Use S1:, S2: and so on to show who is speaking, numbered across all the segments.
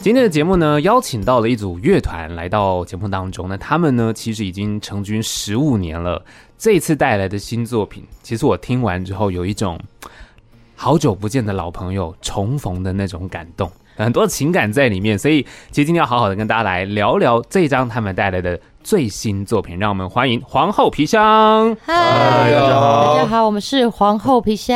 S1: 今天的节目呢，邀请到了一组乐团来到节目当中。那他们呢，其实已经成军十五年了。这一次带来的新作品，其实我听完之后有一种好久不见的老朋友重逢的那种感动，很多情感在里面。所以，其实今天要好好的跟大家来聊聊这张他们带来的最新作品。让我们欢迎皇后皮箱。
S2: 嗨，
S3: 大家好
S2: 大家好，我们是皇后皮箱。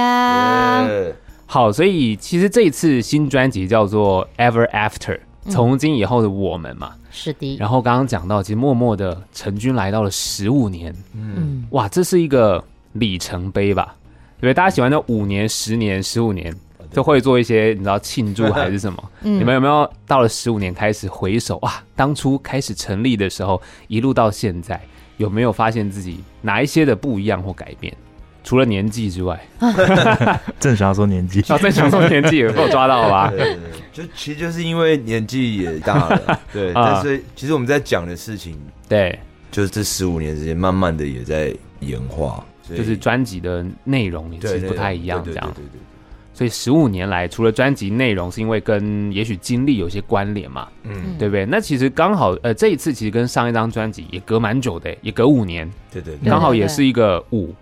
S3: 耶
S1: 好，所以其实这一次新专辑叫做《Ever After》，从今以后的我们嘛。
S2: 是的，
S1: 然后刚刚讲到，其实默默的成军来到了十五年，
S2: 嗯，
S1: 哇，这是一个里程碑吧？对不对，大家喜欢那五年、十年、十五年，都会做一些你知道庆祝还是什 么？
S3: 嗯
S1: 你们有没有到了十五年开始回首哇？当初开始成立的时候，一路到现在，有没有发现自己哪一些的不一样或改变？除了年纪之外，
S4: 正想要说年纪，
S1: 啊，在想说年纪有被我抓到 吧？
S3: 对，就其实就是因为年纪也大了，对，
S1: 啊
S3: 但是其实我们在讲的事情，
S1: 对，
S3: 就是这十五年之间，慢慢的也在演化，所以
S1: 就是专辑的内容也
S3: 对
S1: 是
S3: 对
S1: 不太一样
S3: 对
S1: 这
S3: 对
S1: 样。
S3: 对对对
S1: 所以十五年来，除了专辑内容是因为跟也许经历有些关联嘛，
S3: 嗯，
S1: 对不对？那其实刚好，呃，这一次其实跟上一张专辑也隔蛮久的，也隔五年，
S3: 对对对
S1: 刚好也是一个五，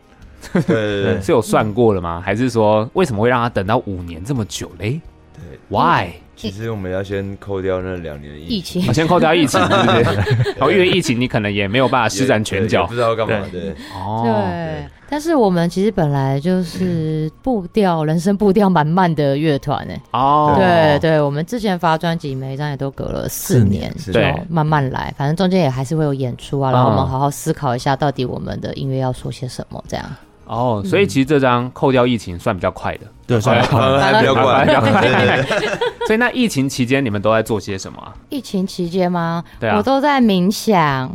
S3: 对对对嗯
S1: 是有算过了吗？还是说为什么会让他等到五年这么久嘞
S3: 对。
S1: ？Why？
S3: 其实我们要先扣掉那两年的
S2: 疫
S3: 疫情，
S2: 情
S1: 我先扣掉疫 情，是不是？然后因为疫情，你可能也没有办法施展拳
S3: 也也
S1: 脚
S3: 不知道干嘛，对，
S1: 哦。
S2: 对，但是我们其实本来就是步调，人生步调蛮慢的乐团哎。
S1: 哦，
S2: 对对，我们之前发专辑，每一张也都隔了四
S4: 四
S2: 年，
S3: 是
S2: 就
S1: 对
S2: 慢慢来，反正中间也还是会有演出啊，然后我
S1: 嗯
S2: 们好好思考一下，到底我们的音乐要说些什么，这样。
S1: 哦，所以其实这张扣掉疫情算比较快的，
S4: 对，算了，
S3: 呃还比较怪，
S1: 比较快
S3: 对对对
S1: 所以那疫情期间你们都在做些什么啊？
S2: 疫情期间吗？
S1: 对啊
S2: 我都在冥想，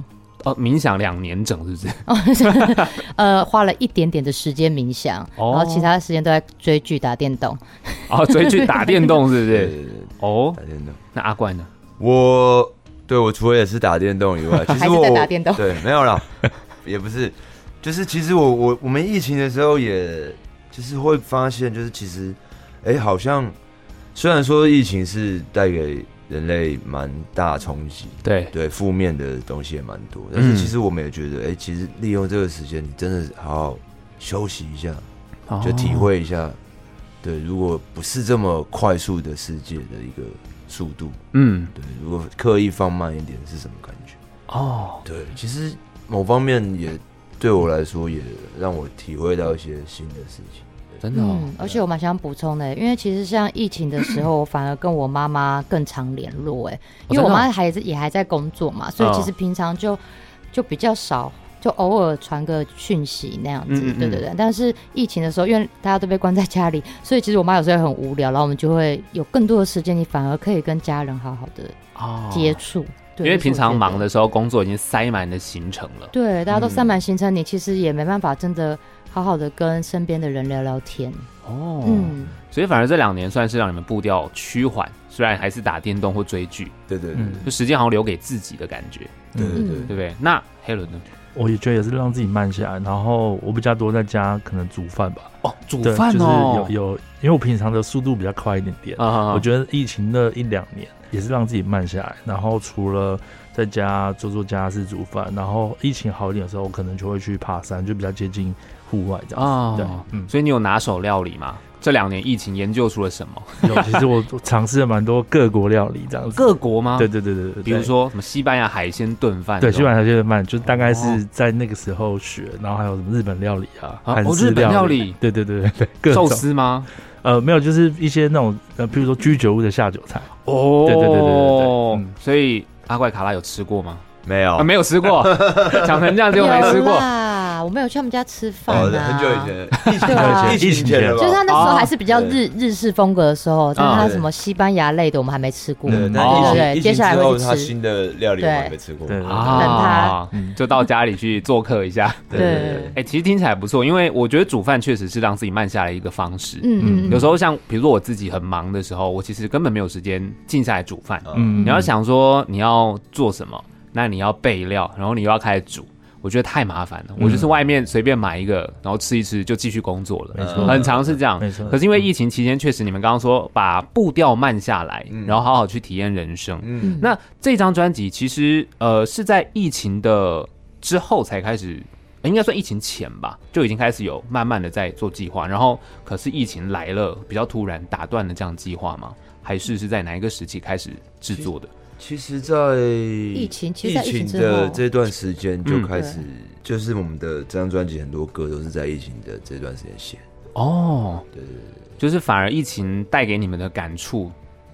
S1: 哦，冥想两年整是不是？
S2: 呃，花了一点点的时间冥想，
S1: 哦
S2: 然后其他的时间都在追剧、打电动。
S1: 哦，所以去打电动是不
S3: 对
S1: 是？
S3: 对对，
S1: 哦，
S3: 打电动。
S1: 那阿怪呢？
S3: 我对我除了也是打电动以外，其
S2: 还
S3: 实
S2: 是在
S3: 我
S2: 打电动
S3: 对，没有啦，也不是，就是其实我我我们疫情的时候也，就是会发现，就是其实，哎、好像虽然说疫情是带给人类蛮大冲击，
S1: 对，
S3: 对负面的东西也蛮多，但是
S1: 嗯
S3: 其实我们也觉得，哎、其实利用这个时间，你真的好好休息一下，
S1: 哦
S3: 就体会一下，对，如果不是这么快速的世界的一个速度。
S1: 嗯，
S3: 对，如果刻意放慢一点是什么感觉？
S1: 哦，
S3: 对，其实某方面也对我来说也让我体会到一些新的事情。
S1: 真的哦，
S2: 嗯，而且我蛮想补充的，因为其实像疫情的时候，我反而跟我妈妈更常联络，哎，因为
S1: 真
S2: 我
S1: 的哦
S2: 妈还是也还在工作嘛，所以
S1: 嗯
S2: 其实平常就就比较少。就偶尔传个讯息那样子，
S1: 嗯嗯嗯
S2: 对对对。但是疫情的时候，因为大家都被关在家里，所以其实我妈有时候也很无聊，然后我们就会有更多的时间，你反而可以跟家人好好的
S1: 哦
S2: 接触。对
S1: 因为平常忙，
S2: 这
S1: 的时候，工作已经塞满了行程了。
S2: 是我觉得对，大家都
S3: 嗯
S2: 塞满行程，你其实也没办法真的好好的跟身边的人聊聊天。
S1: 哦，
S2: 嗯，
S1: 所以反而这两年算是让你们步调趋缓，虽然还是打电动或追剧，
S3: 对对对
S4: 嗯
S1: 就时间好像留给自己的感觉，
S3: 对对对
S2: 嗯
S1: 对不对？那黑伦呢？
S4: 我也觉得也是让自己慢下来，然后我比较多在家可能煮饭吧，
S1: 哦，煮
S4: 对，
S1: 饭哦
S4: 就是有，有，因为我平常的速度比较快一点点，
S1: 啊
S4: 我觉得疫情的一两年也是让自己慢下来，然后除了在家做做家事、煮饭，然后疫情好一点的时候，我可能就会去爬山，就比较接近户外这样子。
S1: 哦
S4: 对，嗯，
S1: 所以你有拿手料理吗？这两年疫情研究出了什么？
S4: 有其实我我尝试了蛮多各国料理这样子，
S1: 各国吗？
S4: 对对对对对，对
S1: 比如说什么西班牙海鲜炖饭这
S4: 对，
S1: 种，
S4: 西班牙就是慢，就是大概是
S1: 哦
S4: 在那个时候学，然后还有什么日本料理啊，
S1: 啊
S4: 韩
S1: 哦
S4: 式
S1: 日本料
S4: 料
S1: 理
S4: 对对对对对，各
S1: 寿
S4: 种
S1: 司吗？
S4: 呃没有，就是一些那种呃，比如说居酒屋的下酒 菜，
S1: 哦
S4: 对对对对对对哦嗯
S1: 所以阿怪卡拉有吃过吗？
S3: 没有
S1: 啊，没有吃 过，讲成这样就没吃
S2: 有
S1: 过。
S2: 啦，我没有去他们家吃饭、
S3: 哦，
S2: 啊
S3: 很久以。前，疫
S2: 对啊
S3: 情疫情前了吧？
S2: 就是他那时
S1: 哦
S2: 候还是比较日、日式风格的时候，但是他什么西班牙类的我们还没吃过，
S3: 对，
S2: 对
S4: 嗯
S3: 但疫
S2: 对
S3: 情
S2: 哦对，
S3: 疫
S2: 接
S3: 情
S2: 下来
S3: 之后
S2: 会去
S3: 哦他
S2: 吃。
S3: 新的料理我还没吃过。
S4: 对对
S1: 啊
S2: 他，
S4: 嗯
S1: 就到家里去做客一下。
S3: 对对
S2: 对
S1: 哎、其实听起来不错，因为我觉得煮饭确实是让自己慢下来一个方式。
S2: 嗯嗯，
S1: 有时候像比如说我自己很忙的时候，我其实根本没有时间静下来煮饭。
S3: 对，嗯，
S4: 嗯，
S1: 你要想说你要做什么，那你要备料，然后你又要开始煮。我觉得太麻烦了。我就是外面随便买一个，然后吃一吃就继续工作了，
S4: 嗯没
S3: 嗯
S4: 错，
S1: 很常是这样。
S4: 没错。
S1: 可是因为疫情期间，确实你们刚刚说把步调慢下来，
S3: 嗯
S1: 然后好好去体验人生。
S3: 嗯，
S1: 那这张专辑其实呃是在疫情的之后才开始，呃应该算疫情前吧，就已经开始有慢慢的在做计划。然后可是疫情来了，比较突然打断了这样计划吗？还是是在哪一个时期开始制作的？
S3: 其实，在疫
S2: 情其实在疫情之后
S3: 的这段时间就
S1: 嗯
S3: 开始，就是我们的这张专辑很多歌都是在疫情的这段时间写的。
S1: 哦，
S3: 对对对。
S1: 就是反而疫情带给你们的感触，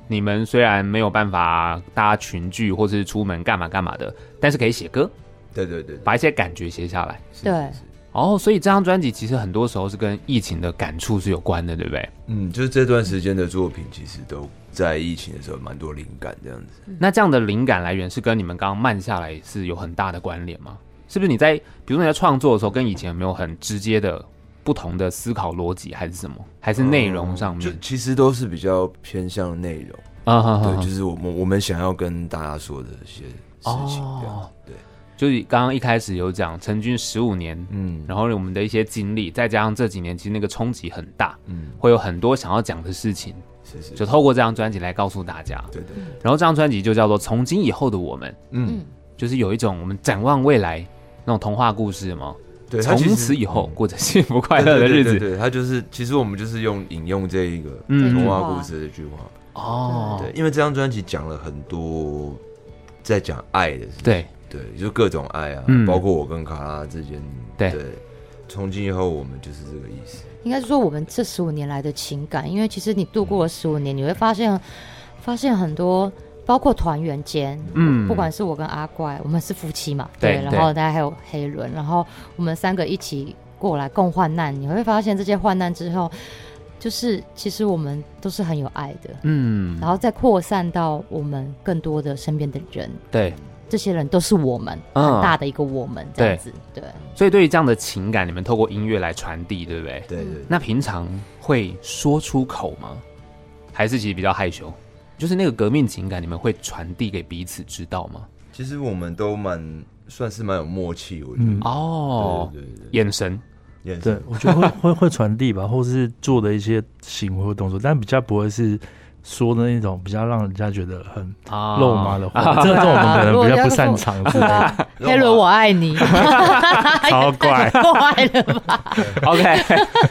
S1: 你们虽然没有办法大家群聚或是出门干嘛干嘛的，但是可以写歌，
S3: 对对对，
S1: 把一些感觉写下来。
S3: 是
S2: 对
S3: 是是
S1: 哦，所以这张专辑其实很多时候是跟疫情的感触是有关的，对不对？
S3: 嗯，就是这段时间的作品，其实都在疫情的时候蛮多灵感这样子。
S1: 那这样的灵感来源是跟你们刚刚慢下来是有很大的关联吗？是不是你在比如说你在创作的时候，跟以前有没有很直接的不同的思考逻辑，还是什么？还是内容上
S3: 就
S1: 面？
S3: 其实都是比较偏向内容，
S1: 啊哈
S3: 对，就是我们我们想要跟大家说的一些事情这样子。对，
S1: 就是刚刚一开始有讲，成军十五年，
S3: 嗯
S1: 然后我们的一些经历，再加上这几年其实那个冲击很大，
S3: 嗯，
S1: 会有很多想要讲的事情，
S3: 是是，
S1: 就透过这张专辑来告诉大家。
S3: 对对，对
S1: 然后这张专辑就叫做《从今以后的我们》，
S3: 嗯，
S1: 就是有一种我们展望未来那种童话故事嘛，
S3: 对，它
S1: 从
S3: 其实
S1: 此以后
S3: 嗯
S1: 过着幸福快乐的日
S3: 对对
S1: 子。
S3: 对对，他就是，其实我们就是用引用这一个
S1: 嗯
S3: 童话故事的句话，
S1: 哦
S3: 对，，因为这张专辑讲了很多在讲爱的事情，
S1: 对，
S3: 对，就各种爱啊，
S1: 嗯
S3: 包括我跟卡拉之间，
S1: 对
S3: 从今以后我们就是这个意思，
S2: 应该是说我们这十五年来的情感，因为其实你度过了十五年，你会发现，发现很多，包括团员间，
S1: 嗯
S2: 不管是我跟阿怪，我们是夫妻嘛，
S1: 对
S2: 然
S1: 对
S2: 后大家还有黑人，然后我们三个一起过来共患难，你会发现这些患难之后，就是其实我们都是很有爱的，
S1: 嗯，
S2: 然后再扩散到我们更多的身边的人，
S1: 对，
S2: 这些人都是我们、
S1: 嗯
S2: 很大的一个我们这样子，对。
S1: 所以对于这样的情感，你们透过音乐来传递，对不对？
S3: 对对对
S1: 那平常会说出口吗？还是其实比较害羞？就是那个革命情感，你们会传递给彼此知道吗？
S3: 其实我们都蛮算是蛮有默契，我觉
S4: 嗯
S3: 得，
S1: 哦，
S3: 对对对对，
S1: 眼神，
S3: 眼
S4: 对
S3: 神，，
S4: 我觉得会会会传递吧，或是做的一些行为或动作，但比较不会是说的那种比较让人家觉得很
S1: 啊
S4: 肉麻的话，这这种我们可能比较不擅长之 类的，
S2: 黑伦，
S3: 啊
S2: 我爱你，
S4: 超怪。
S2: 怪了吧？
S1: OK，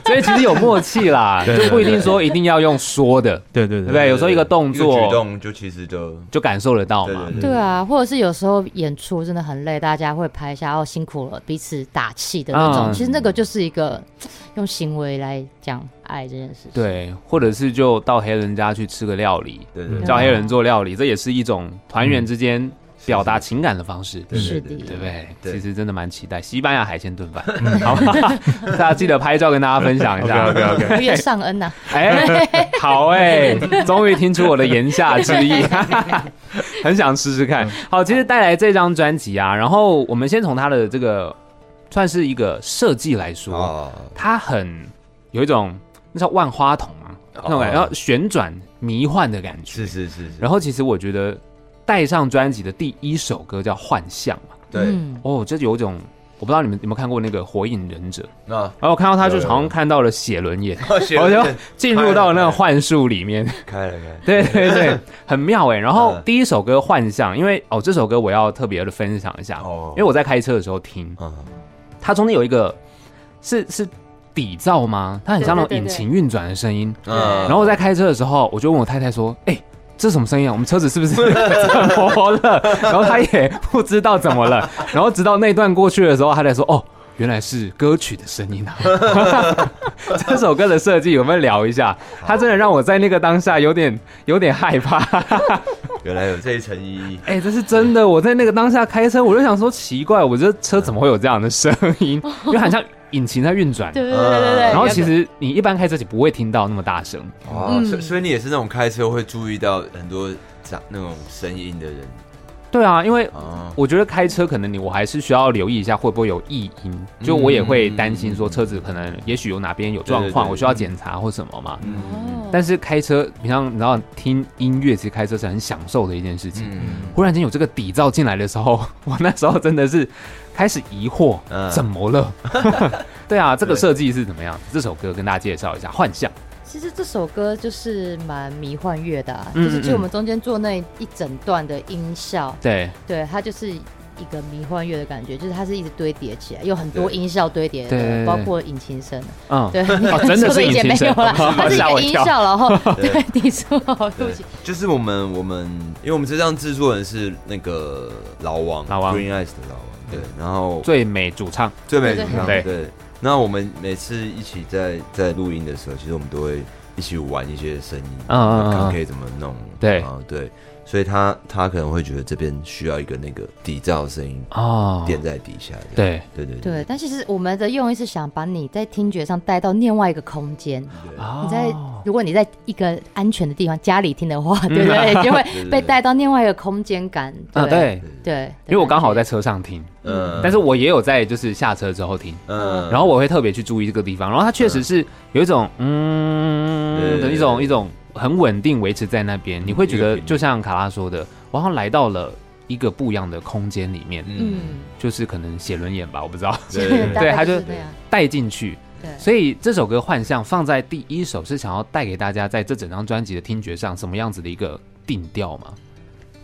S1: 所 以其实有默契啦，
S4: 对对
S1: 就不一定说一定要用说的，
S4: 对对
S1: 对不对？有时候一个动
S3: 一个举
S1: 作
S3: 动就其实就
S1: 就感受得到
S3: 对
S1: 嘛。
S3: 对
S2: 对啊，或者是有时候演出真的很累，大家会拍一下哦，辛苦了，彼此打气的那种。
S1: 嗯
S2: 其实那个就是一个用行为来讲爱这件事情。，
S1: 对，或者是就到黑人家去吃个料理，
S3: 对对对
S1: 叫黑人做料理，这也是一种团员之间表达情感的方式，
S3: 对
S2: 是
S3: 对对
S1: 对
S2: 的
S1: 不。对？
S3: 对嗯
S1: 其实真的蛮期待西班牙海鲜炖饭， 好吧？大家记得拍照跟大家分享一下。
S4: OK OK，
S2: 月上恩呐、
S1: 哎，好哎、终于听出我的言下之意， 很想试试
S3: 嗯
S1: 看。好，其实带来这张专辑啊，然后我们先从它的这个算是一个设计来说，
S3: 啊，
S1: 它很有一种那叫万花筒啊，那种感觉，然后旋转迷幻的感觉
S3: 哦是。是是是，
S1: 然后其实我觉得带上专辑的第一首歌叫《幻象》嘛，
S3: 对，
S2: 嗯，
S1: 哦，这有一种我不知道你们有没有看过那个《火影忍者》，
S3: 那
S1: 哦然后我看到他就
S3: 有有
S1: 好像
S3: 有
S1: 看到了写轮 眼，
S3: 我
S1: 我就进入到那个幻术里面。
S3: 开了开了，
S1: 对对对， 很妙哎、然后
S3: 嗯
S1: 第一首歌《幻象》，因为哦，这首歌我要特别的分享一下，
S3: 哦
S1: 因为我在开车的时候听，
S3: 啊，
S1: 它中间有一个是是底噪吗？它很像那种
S2: 对对对
S1: 引擎运转的声音。
S3: 嗯
S1: 然后我在开车的时候，我就问我太太说：“哎、这什么声音啊？我们车子 是不是怎么了？”然后她也不知道怎么了。然后直到那段过去的时候，她才说：“哦，原来是歌曲的声音啊。” 这首歌的设计我们聊一下，它真的让我在那个当下有点有点害怕。
S3: 啊原来有这一层意义，
S1: 哎、这是真的。我在那个当下开车，我就想说奇怪，我这车怎么会有这样的声 音？因为很像引擎在运转。
S2: 对对对对对对。
S1: 嗯然后其实你一般开车你不会听到那么大声，
S2: 嗯
S3: 哦，所以所以你也是那种开车会注意到很多长那种声音的人
S1: 对啊，因为
S3: 啊，
S1: 我觉得开车可能你我还是需要留意一下会不会有异音，
S3: 嗯
S1: 就我也会担心说车子可能也许有哪边有状
S3: 嗯对对
S1: 况，
S3: 对嗯
S1: 我需要检查或什么嘛。
S2: 哦
S1: 但是开车，平常你知道听音乐，其实开车是很享受的一件事情。
S3: 嗯，
S1: 忽然间有这个底噪进来的时候，我那时候真的是开始疑惑，
S3: 嗯
S1: 怎么 了？对啊，这个
S3: 对
S1: 设计是怎么样？这首歌跟大家介绍一下，《幻象》。
S2: 其实这首歌就是蛮迷幻乐的、啊，
S1: 嗯
S2: 就是
S1: 嗯
S2: 就我们中间做那一整段的音效，
S1: 对
S2: 对，它就是一个迷幻乐的感觉，就是它是一直堆叠起来，有很多
S3: 对
S2: 音效堆叠
S1: 对对
S2: 的，
S1: 对
S2: 包括引擎声，
S1: 嗯，
S2: 对，
S1: 哦真的是引
S2: 也
S1: 擎
S2: 没
S1: 声
S2: 有 啦，它是一
S1: 吓我
S2: 个
S1: 一
S2: 音
S1: 跳
S2: 效，然后
S3: 对
S2: 对，你说好，对不
S3: 对
S2: 起，，
S3: 就是我们我们，因为我们这张制作人是那个老王，
S1: 老王
S3: Green Eyes 的老王，对，然后
S1: 最美主唱，
S3: 最美主唱，
S1: 对
S3: 对。那我们每次一起在在录音的时候，其实我们都会一起玩一些声音，
S1: 嗯嗯嗯
S3: 嗯，看
S1: 嗯
S3: 可以怎么弄，
S1: 对
S3: 啊对，所以他他可能会觉得这边需要一个那个底噪声音
S1: 哦，
S3: 垫在底下，这样
S1: 对
S3: 对对
S2: 对，但其实我们的用意是想把你在听觉上带到另外一个空间。
S1: 哦
S2: 你在如果你在一个安全的地方家里听的话，对不对？就
S3: 对
S2: 会
S3: 对
S2: 被带到另外一个空间感。
S1: 嗯啊，对，
S2: 对，
S1: 因为我刚好在车上听，
S3: 嗯
S1: 但是我也有在就是下车之后听，
S3: 嗯
S1: 然后我会特别去注意这个地方，然后它确实是有一种嗯
S3: 对
S1: 的一种一种很稳定维持在那边，你会觉
S3: 一个
S1: 得
S3: 频率
S1: 就像卡拉说的，我好像来到了一个不一样的空间里面，
S2: 嗯，
S1: 就是可能写轮眼吧，我不知道
S3: 对对对
S2: 大概
S1: 他就
S2: 这样。
S1: 带进去。
S2: 对，
S1: 所以这首歌《幻象》放在第一首是想要带给大家在这整张专辑的听觉上什么样子的一个定调嘛？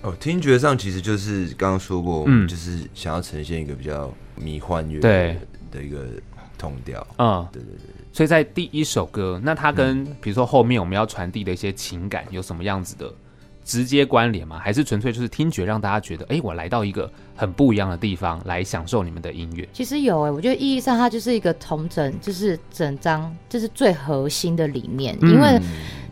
S3: 哦，听觉上其实就是刚刚说过，
S1: 嗯
S3: 就是想要呈现一个比较迷幻乐
S1: 对
S3: 的一个痛调，
S1: 嗯，
S3: 对对对。
S1: 所以在第一首歌，那它跟比如说后面我们要传递的一些情感有什么样子的直接关联吗？还是纯粹就是听觉让大家觉得，哎，我来到一个很不一样的地方来享受你们的音乐？
S2: 其实有哎、我觉得意义上它就是一个同整，就是整张就是最核心的理念，
S1: 嗯
S2: 因为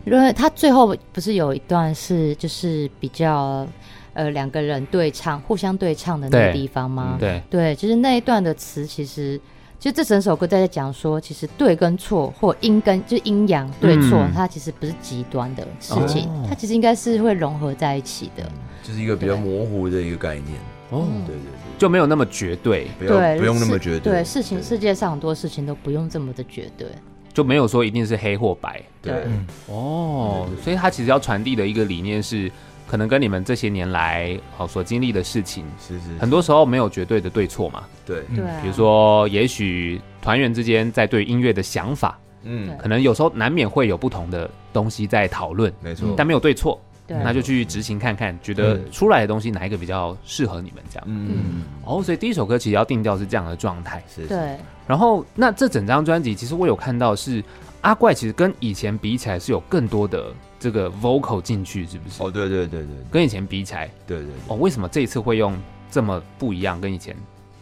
S2: 因为它最后不是有一段是就是比较呃两个人对唱互相对唱的那
S1: 对
S2: 个地方吗？
S1: 对，
S2: 对，就是那一段的词，其实就这整首歌都在讲说，其实对跟错或阴跟就是阴阳对错，
S1: 嗯
S2: 它其实不是极端的事情，
S1: 哦
S2: 它其实应该是会融合在一起的。
S3: 就是一个比较模糊的一个概念，
S1: 哦，
S3: 对对
S1: 就没有那么绝对，
S3: 对，不
S2: 对，
S3: 要不用那么
S2: 是
S3: 绝
S2: 对，事情世界上很多事情都不用这么的绝对。
S1: 就没有说一定是黑或白。
S3: 对
S4: 嗯
S1: 哦，所以它其实要传递的一个理念是，可能跟你们这些年来哦所经历的事情，
S3: 是是
S1: 很多时候没有绝对的对错嘛。
S3: 对，
S4: 嗯
S2: 对、啊，
S1: 比如说，也许团员之间在对音乐的想法，
S3: 嗯，
S1: 可能有时候难免会有不同的东西在讨论，
S3: 没错，
S1: 但没有对错，
S2: 对，
S1: 那就去执行看看，觉得出来的东西哪一个比较适合你们这样。
S3: 嗯，
S1: 哦，所以第一首歌其实要定调是这样的状态。
S3: 是，是
S2: 对，
S1: 然后，那这整张专辑其实我有看到是阿怪，其实跟以前比起来是有更多的这个 vocal 进去，是不是？
S3: 哦，对对对对
S1: 跟以前比起来，
S3: 对对对，
S1: 哦，为什么这一次会用这么不一样？跟以前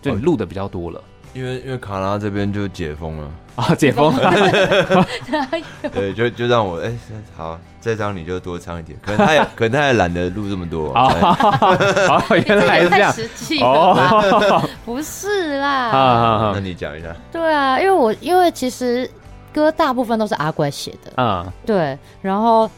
S1: 就你录的比较多 了
S3: 因为因为卡拉这边就解封了，
S1: 啊，解封了，
S3: 对，就就让我哎，好，这张你就多唱一点，可能他也可能他也懒得录这么多，哎
S1: 好，
S3: 对
S1: 好， 原
S2: 这
S1: 来
S2: 也
S1: 是这
S2: 太
S1: 样，
S2: 实际了吧？
S1: 哦，
S2: 不是啦，
S1: 啊啊
S3: 那你讲一下，
S2: 对啊，因为我因为其实歌大部分都是阿怪写的，
S1: 啊，嗯
S2: 对，然后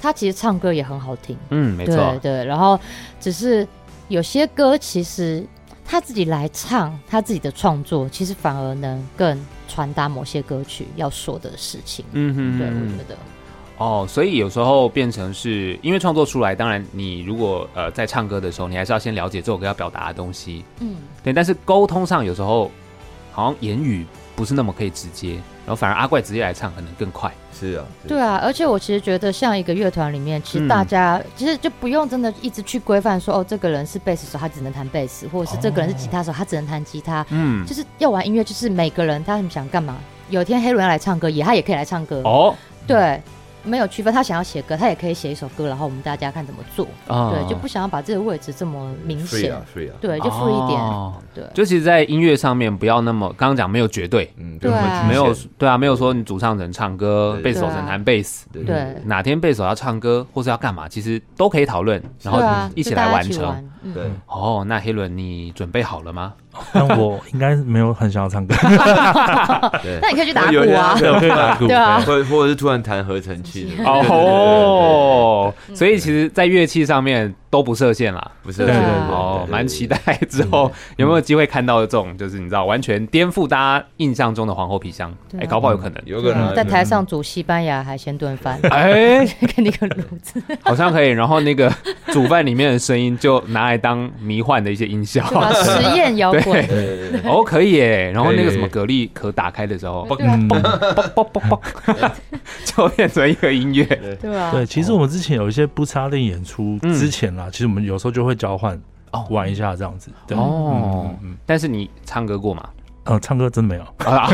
S2: 他其实唱歌也很好听，
S1: 嗯，没错
S2: 对，对，然后只是有些歌其实他自己来唱他自己的创作，其实反而能更传达某些歌曲要说的事情。
S1: 嗯哼，
S2: 对，我觉得
S1: 哦，所以有时候变成是因为创作出来，当然你如果呃在唱歌的时候，你还是要先了解这首歌要表达的东西，
S2: 嗯，
S1: 对。但是沟通上有时候好像言语不是那么可以直接，然后反而阿怪直接来唱可能更快。
S3: 是啊，是
S2: 对啊，而且我其实觉得，像一个乐团里面，其实大家、
S1: 嗯
S2: 其实就不用真的一直去规范说，哦，这个人是贝斯手，他只能弹贝斯，或者是这个
S1: 哦
S2: 人是吉他手，他只能弹吉他。
S1: 嗯，
S2: 就是要玩音乐，就是每个人他们想干嘛。有一天黑人要来唱歌，也他也可以来唱歌。
S1: 哦，
S2: 对，没有区分，他想要写歌，他也可以写一首歌，然后我们大家看怎么做。
S1: 啊
S2: 对，就不想要把这个位置这么明
S3: free
S2: 显。
S3: 啊 free 啊，
S2: 对，就富一点。
S1: 哦
S2: 对，
S1: 就其实，在音乐上面不要那么，刚刚讲没有绝对，
S3: 嗯，
S2: 对啊
S1: 没有对啊，没有说你主唱只能唱歌，
S3: 对
S1: 贝斯手
S2: 对啊
S1: 只能弹贝斯，
S3: 对
S2: 对
S1: 哪天贝斯手要唱歌或是要干嘛，其实都可以讨论，然
S2: 对啊
S1: 后，一起来完
S2: 就大家一起
S1: 成。
S2: 玩。嗯，
S3: 对，
S1: 哦，那黑伦，你准备好了吗？
S4: 但我应该没有很想要 唱歌，
S3: 对
S2: 那你可以去打
S3: 有
S2: 鼓啊。
S4: 对，我可 以打鼓，
S2: 对啊
S3: 或或者是突然弹合成器，对对对对对
S1: 哦，所以其实，在乐器上面，都不设限啦。
S3: 不是
S2: 嗯对对对嗯
S1: 哦，蛮期待之后有没有机会看到这种，就是你知道完全颠覆大家印象中的皇后皮箱，
S2: 对啊
S1: 哎，搞不好有可能。
S3: 有啊可能
S2: 嗯在台上煮西班牙海鲜炖饭，
S1: 哎，
S2: 给你个炉子，
S1: 好像可以。然后那个煮饭里面的声音就拿来当迷幻的一些音效，
S2: 就把实验啊摇滚，
S1: 对哦，可以耶。然后那个什么
S3: 可
S1: 蛤蜊壳打开的时候，
S2: 对啊
S4: 嗯，
S1: 嘣嘣嘣嘣， 就变成一个音乐。
S2: 对吧？
S4: 对，其实我们之前有一些不插电演出
S1: 嗯
S4: 之前啦，其实我们有时候就会交换
S1: 哦
S4: 玩一下这样子。对
S1: 哦
S4: 嗯嗯嗯，
S1: 但是你唱歌过吗？
S4: 呃，唱歌真没有，
S1: 啊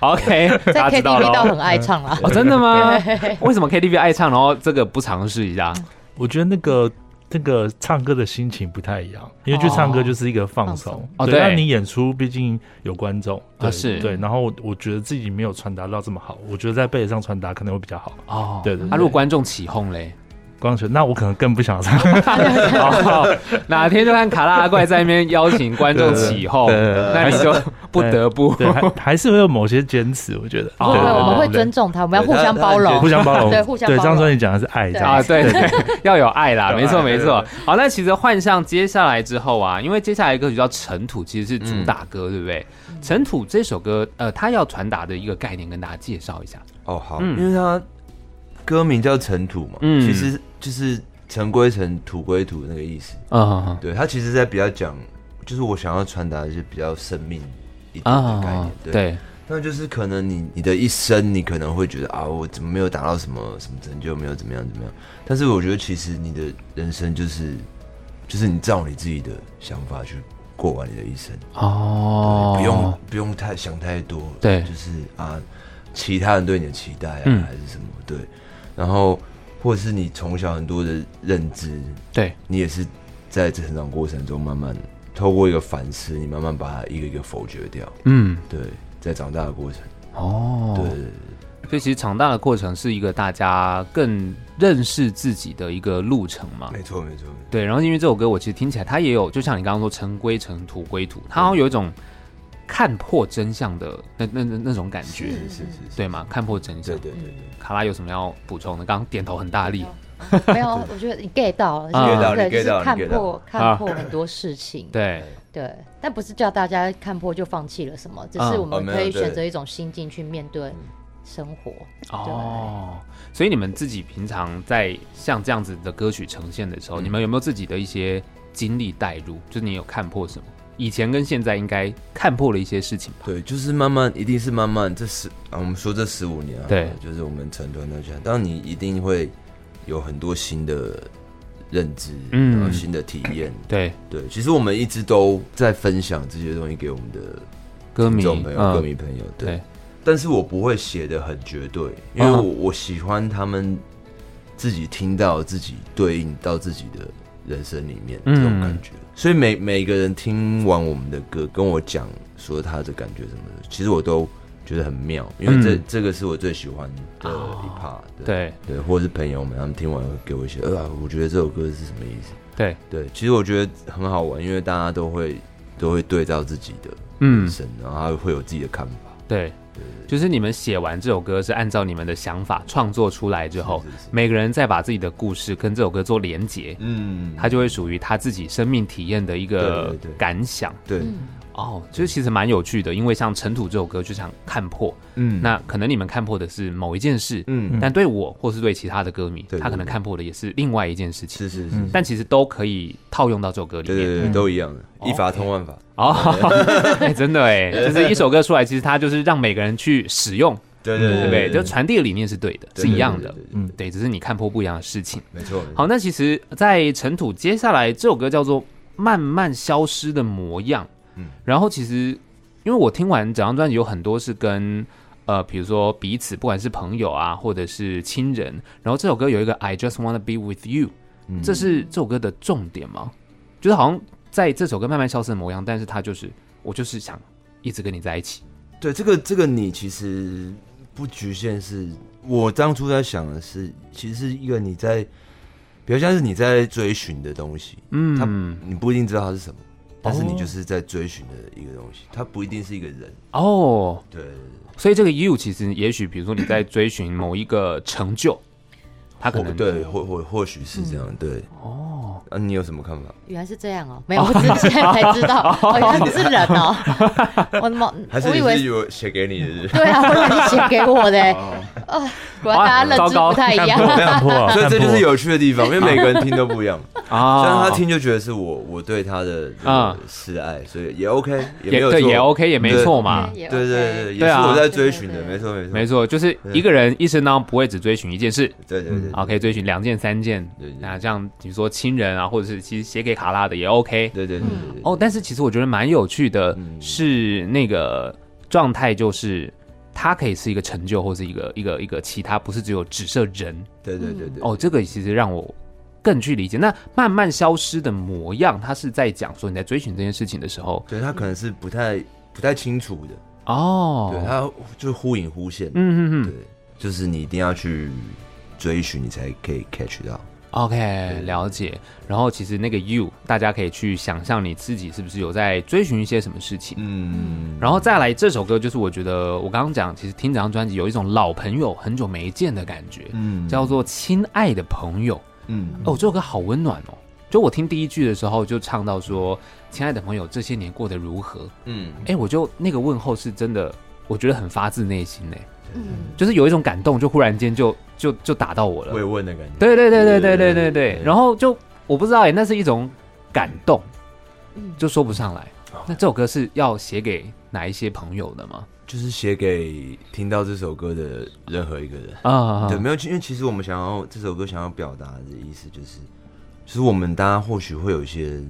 S1: OK，
S2: 在
S1: 大家知道
S2: KTV 倒
S1: 了。
S2: 很爱唱啦。
S1: 哦，真的吗？为什么 KTV 爱唱，然后这个不尝试一下？
S4: 我觉得那个那个唱歌的心情不太一样，因为去唱歌就是一个放松。
S1: 哦哦放松哦
S4: 对，
S1: 对
S4: 那你演出毕竟有观众，对
S1: 啊是
S4: 对。然后我我觉得自己没有传达到这么好，我觉得在背上传达可能会比较好。
S1: 哦，
S4: 对对对
S1: 啊，如果观众起哄 嘞，
S4: 光学，那我可能更不想唱。
S1: 哦哪天就看卡拉怪在那边邀请观众起哄，哦那你就不得不
S4: 对，还还是会有某些坚持，我觉得。
S1: 哦
S2: 不会，
S4: 对对对
S2: 我们会
S4: 对
S2: 尊重他，我们要
S3: 对
S2: 互相
S3: 他
S2: 包
S3: 他
S2: 容
S4: 互。相包容，
S2: 对互相
S4: 对，
S2: 包
S4: 这
S2: 容
S4: 张专辑讲的是爱，这 样
S1: 啊，
S4: 子
S1: 对，要有爱啦，
S4: 有爱
S1: 没错没错
S4: 对对。
S1: 好，那其实换上接下来之后啊，因为接下来一个歌曲叫《尘土》，其实是主打歌，对不对？
S4: 嗯
S1: 《尘土》这首歌，呃，它要传达的一个概念，跟大家介绍一下。
S3: 哦，好，
S1: 嗯
S3: 因为他歌名叫《尘土》嘛，
S1: 嗯
S3: 其实就是尘归尘，土归土那个意思。
S4: 嗯
S1: 啊
S3: 对，他其实在比较讲，就是我想要传达的是比较生命一点的概
S1: 啊
S3: 念。，对，
S1: 对，
S3: 那就是可能你你的一生，你可能会觉得啊，我怎么没有达到什么什么成就，没有怎么样怎么样。但是我觉得其实你的人生就是，就是你照你自己的想法去过完你的一生，
S1: 哦，
S3: 不用不用太想太多，
S1: 对
S3: 就是啊，其他人对你的期待啊，
S1: 嗯
S3: 还是什么，对，然后或者是你从小很多的认知，
S1: 对，
S3: 你也是在成长过程中慢慢透过一个反思，你慢慢把它一个一个否决掉，
S1: 嗯，
S3: 对，在长大的过程，
S1: 哦，
S3: 对对对
S1: 所以其实长大的过程是一个大家更认识自己的一个路程嘛。
S3: 没错，没错，
S1: 对，然后因为这首歌我其实听起来它也有，就像你刚刚说“尘归尘，土归土”，它好像有一种看破真相的那那那那种感觉，
S3: 是是是，嗯
S1: 对吗？看破真相
S3: 对。对对
S1: 卡拉有什么要补充的？刚刚点头很大力。
S2: 没有，我觉得你 get 到了，
S1: 啊
S2: 就是
S1: get
S3: 到
S2: 对，
S3: 你
S2: 就
S3: get
S2: 是
S3: 到
S2: 看
S3: 你 get
S2: 破
S1: 啊
S2: 看破很多事情，
S3: 啊
S1: 对，
S2: 对，但不是叫大家看破就放弃了什么，只是
S1: 嗯
S2: 我
S3: 哦
S2: 们
S3: 没
S2: 可
S3: 有
S2: 以
S3: 对
S2: 选择一种心境去面对生活。
S1: 哦，所以你们自己平常在像这样子的歌曲呈现的时候，
S3: 嗯
S1: 你们有没有自己的一些经历带入？就是你有看破什么？以前跟现在应该看破了一些事情吧？
S3: 对，就是慢慢，一定是慢慢。这十啊，我们说这十五年啊，
S1: 对
S3: 就是我们成团的圈，当然你一定会有很多新的认知，
S1: 嗯
S3: 然后新的体验。
S1: 对，
S3: 对，其实我们一直都在分享这些东西给我们的
S1: 歌
S3: 听
S1: 迷，
S3: 众朋友、歌
S1: 嗯，
S3: 迷朋友。对，
S1: 对，
S3: 但是我不会写的很绝对，因为
S1: 嗯
S3: 我、我喜欢他们自己听到自己对应到自己的人生里面、这种
S1: 嗯
S3: 感觉。所以每每个人听完我们的歌，跟我讲说他的感觉什么的，其实我都觉得很妙，因为这、
S1: 嗯
S3: 这个是我最喜欢的一 part、对
S1: 对，
S3: 对，或者是朋友们他们听完会给我一些，呃，我觉得这首歌是什么意思？
S1: 对，
S3: 对，其实我觉得很好玩，因为大家都会都会对照自己的
S1: 嗯
S3: 人，生，然后他会有自己的看法。
S1: 对，就是你们写完这首歌是按照你们的想法创作出来之后
S3: 是是是，
S1: 每个人再把自己的故事跟这首歌做连结，
S3: 嗯，
S1: 它就会属于他自己生命体验的一
S3: 对
S1: 个
S3: 对对
S1: 感想。
S3: 对，
S1: 哦，就是其实蛮有趣的，因为像《尘土》这首歌就想看破，
S3: 嗯
S1: 那可能你们看破的是某一件事，
S3: 嗯，
S1: 但对我或是对其他的歌迷，
S3: 对对
S1: 他可能看破的也是另外一件事情，
S3: 是是是，
S4: 嗯
S1: 但其实都可以套用到这首歌里
S3: 对
S1: 面。
S3: 对对，都一样的，
S1: 哦
S3: 一法通万法。
S1: 哦， 哎真的 哎，就是一首歌出来，其实它就是让每个人去使用，
S3: 对
S1: 对不对？就传递的理念是对的，
S3: 对
S1: 是一样的
S3: 对，对对
S4: 嗯，
S1: 对，只是你看破不一样的事情。
S3: 没错。没错，
S1: 好，那其实，在《尘土》接下来这首歌叫做《慢慢消失的模样》。嗯
S3: 嗯，
S1: 然后其实，因为我听完整张专辑有很多是跟呃，比如说彼此，不管是朋友啊，或者是亲人，然后这首歌有一个 "I just wanna be with you"，、
S3: 嗯
S1: 这是这首歌的重点吗？就是好像在这首歌慢慢消失的模样，但是它就是我就是想一直跟你在一起。
S3: 对这个这个你其实不局限是，我当初在想的是，其实是一个你在，比较像是你在追寻的东西，它
S1: 嗯，
S3: 你不一定知道它是什么，但是你就是在追寻的一个东西，它不一定是一个人。
S1: 哦，
S3: 对，对对
S1: 所以这个 you 其实也许，比如说你在追寻某一个成就，他可能
S3: 哦对，或或或许是这样，对。哦，啊，你有什么看法？
S2: 原来是这样哦，没有，我只是现在才知道，哦，原来不是人 哦，我怎么
S3: 还是
S2: 我
S3: 你
S2: 以
S3: 是哦
S2: 为。
S3: 有写给你的？
S2: 对啊，我以为是写给我的欸，啊，果然大家
S3: 啊
S2: 认知不太一 样。
S4: 没有看破啊，
S3: 所以这就是
S4: 看破
S3: 有趣的地方，因为每个人听都不一样。
S1: 啊，
S3: 虽然他听就觉得是我我对他的这
S1: 啊
S3: 个示爱，所以也 OK，也没
S1: 也
S3: 有
S1: 对
S3: 错
S1: 也 OK 也没错嘛，
S2: 也
S3: 对
S2: OK
S3: 对对，也
S1: 对
S3: 是
S1: 啊
S3: 我在追寻
S2: 对
S3: 的，
S2: 对对
S3: 没错没错
S1: 没，错，就是一个人一生当中不会只追寻一件事
S3: 对对对
S1: 啊，可以追寻两件、三件
S3: 对对。
S1: 那这样你说亲人啊，或者是其实写给卡拉的也 OK
S3: 对对对对
S2: 嗯
S3: 对，
S1: 哦。但是其实我觉得蛮有趣的
S3: 嗯
S1: 是那个状态，就是它可以是一个成就，或是一个一个一个其他，不是只有只设人
S3: 对对对对，
S1: 哦。这个其实让我更去理解。那慢慢消失的模样，它是在讲说你在追寻这件事情的时候
S3: 对他可能是不太不太清楚的，
S1: 哦，
S3: 对他就忽隐忽现，
S1: 嗯嗯嗯
S3: 对，就是你一定要去追寻，你才可以 catch 到。
S1: OK，了解。然后其实那个 you，大家可以去想象你自己是不是有在追寻一些什么事情。
S3: 嗯，
S1: 然后再来这首歌，就是我觉得我刚刚讲，其实听这张专辑有一种老朋友很久没见的感觉，
S3: 嗯
S1: 叫做《亲爱的朋友》。
S3: 嗯
S1: 哦，这首歌好温暖哦。就我听第一句的时候，就唱到说：“亲爱的朋友，这些年过得如何
S3: 嗯，？”
S1: 哎，我就那个问候是真的，我觉得很发自内心哎，
S2: 嗯，
S1: 就是有一种感动，就忽然间就就就打到我了。
S3: 慰问的感觉，
S1: 对对对对对对对对
S3: 对。
S1: 然后就我不知道哎、那是一种感动，就说不上来。那这首歌是要写给哪一些朋友的吗？
S3: 就是写给听到这首歌的任何一个人。
S1: 啊
S3: 对，没有，因为其实我们想要这首歌想要表达的意思就是，就是我们大家或许会有一些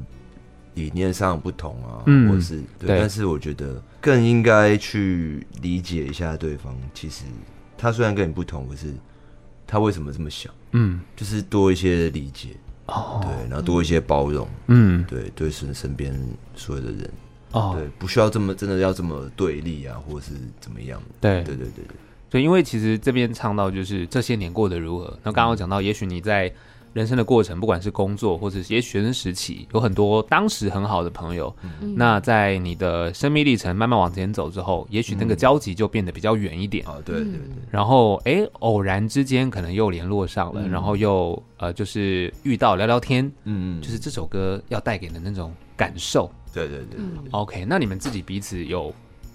S3: 理念上的不同啊，
S1: 嗯
S3: 或者是对，
S1: 对
S3: 但是我觉得更应该去理解一下对方。其实他虽然跟你不同，可是他为什么这么想？
S1: 嗯
S3: 就是多一些理解，
S1: 哦
S3: 对，然后多一些包容，
S1: 嗯
S3: 对，对身身边所有的人，
S1: 哦
S3: 对，不需要这么真的要这么对立啊，或者是怎么样？
S1: 对
S3: 对对对对，
S1: 对，因为其实这边唱到就是这些年过得如何。那刚刚有讲到，也许你在人生的过程，不管是工作或者是也许学生时期，有很多当时很好的朋友。那在你的生命历程慢慢往前走之后，也许那个交集就变得比较远一点。
S3: 啊，对对对，
S2: 嗯
S1: 然后哎，偶然之间可能又联络上了，然后又呃，就是遇到聊聊天，
S3: 嗯嗯，
S1: 就是这首歌要带给的那种感受。
S3: 对对
S2: 嗯
S3: 对，对
S1: OK，那你们自己彼此有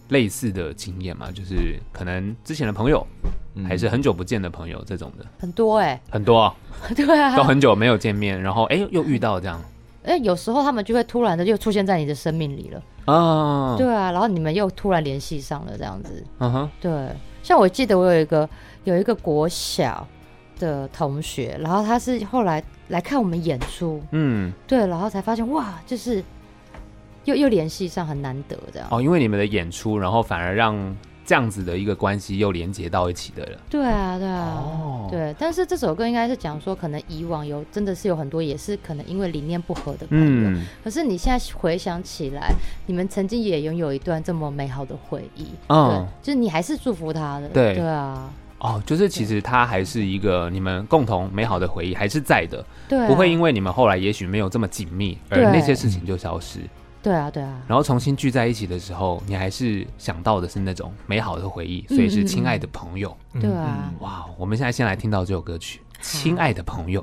S1: 类似的经验吗？就是可能之前的朋友，
S3: 嗯
S1: 还是很久不见的朋友这种的，
S2: 很多哎、
S1: 嗯 很多啊
S2: 对 啊
S1: 都，很久没有见面，然后哎又遇到这样
S2: 哎，有时候他们就会突然的又出现在你的生命里了，
S3: 哦
S1: 啊，
S2: 对啊，然后你们又突然联系上了，这样子，
S1: 嗯哼，
S2: 对，像我记得我有一个有一个国小的同学，然后他是后来来看我们演出，
S1: 嗯，
S2: 对，然后才发现哇，就是又又联系上，很难得这样，
S1: 哦，因为你们的演出，然后反而让这样子的一个关系又连接到一起的了。
S2: 对啊，对啊，
S1: 哦
S2: 对，但是这首歌应该是讲说，可能以往有真的是有很多也是可能因为理念不合的朋友，
S1: 嗯
S2: 可是你现在回想起来，你们曾经也拥有一段这么美好的回忆，
S1: 嗯，
S2: 对，就是你还是祝福他的，
S1: 对
S2: 对啊，
S1: 哦，就是其实它还是一个你们共同美好的回忆，还是在的，
S2: 对啊，
S1: 不会因为你们后来也许没有这么紧密，而
S2: 对
S1: 那些事情就消失。
S2: 对啊，对啊，
S1: 然后重新聚在一起的时候，你还是想到的是那种美好的回忆，所以
S2: 嗯
S1: 是亲爱的朋友。
S4: 嗯
S2: 对啊，
S1: 哇，哦我们现在先来听到这首歌曲《亲爱的朋友》。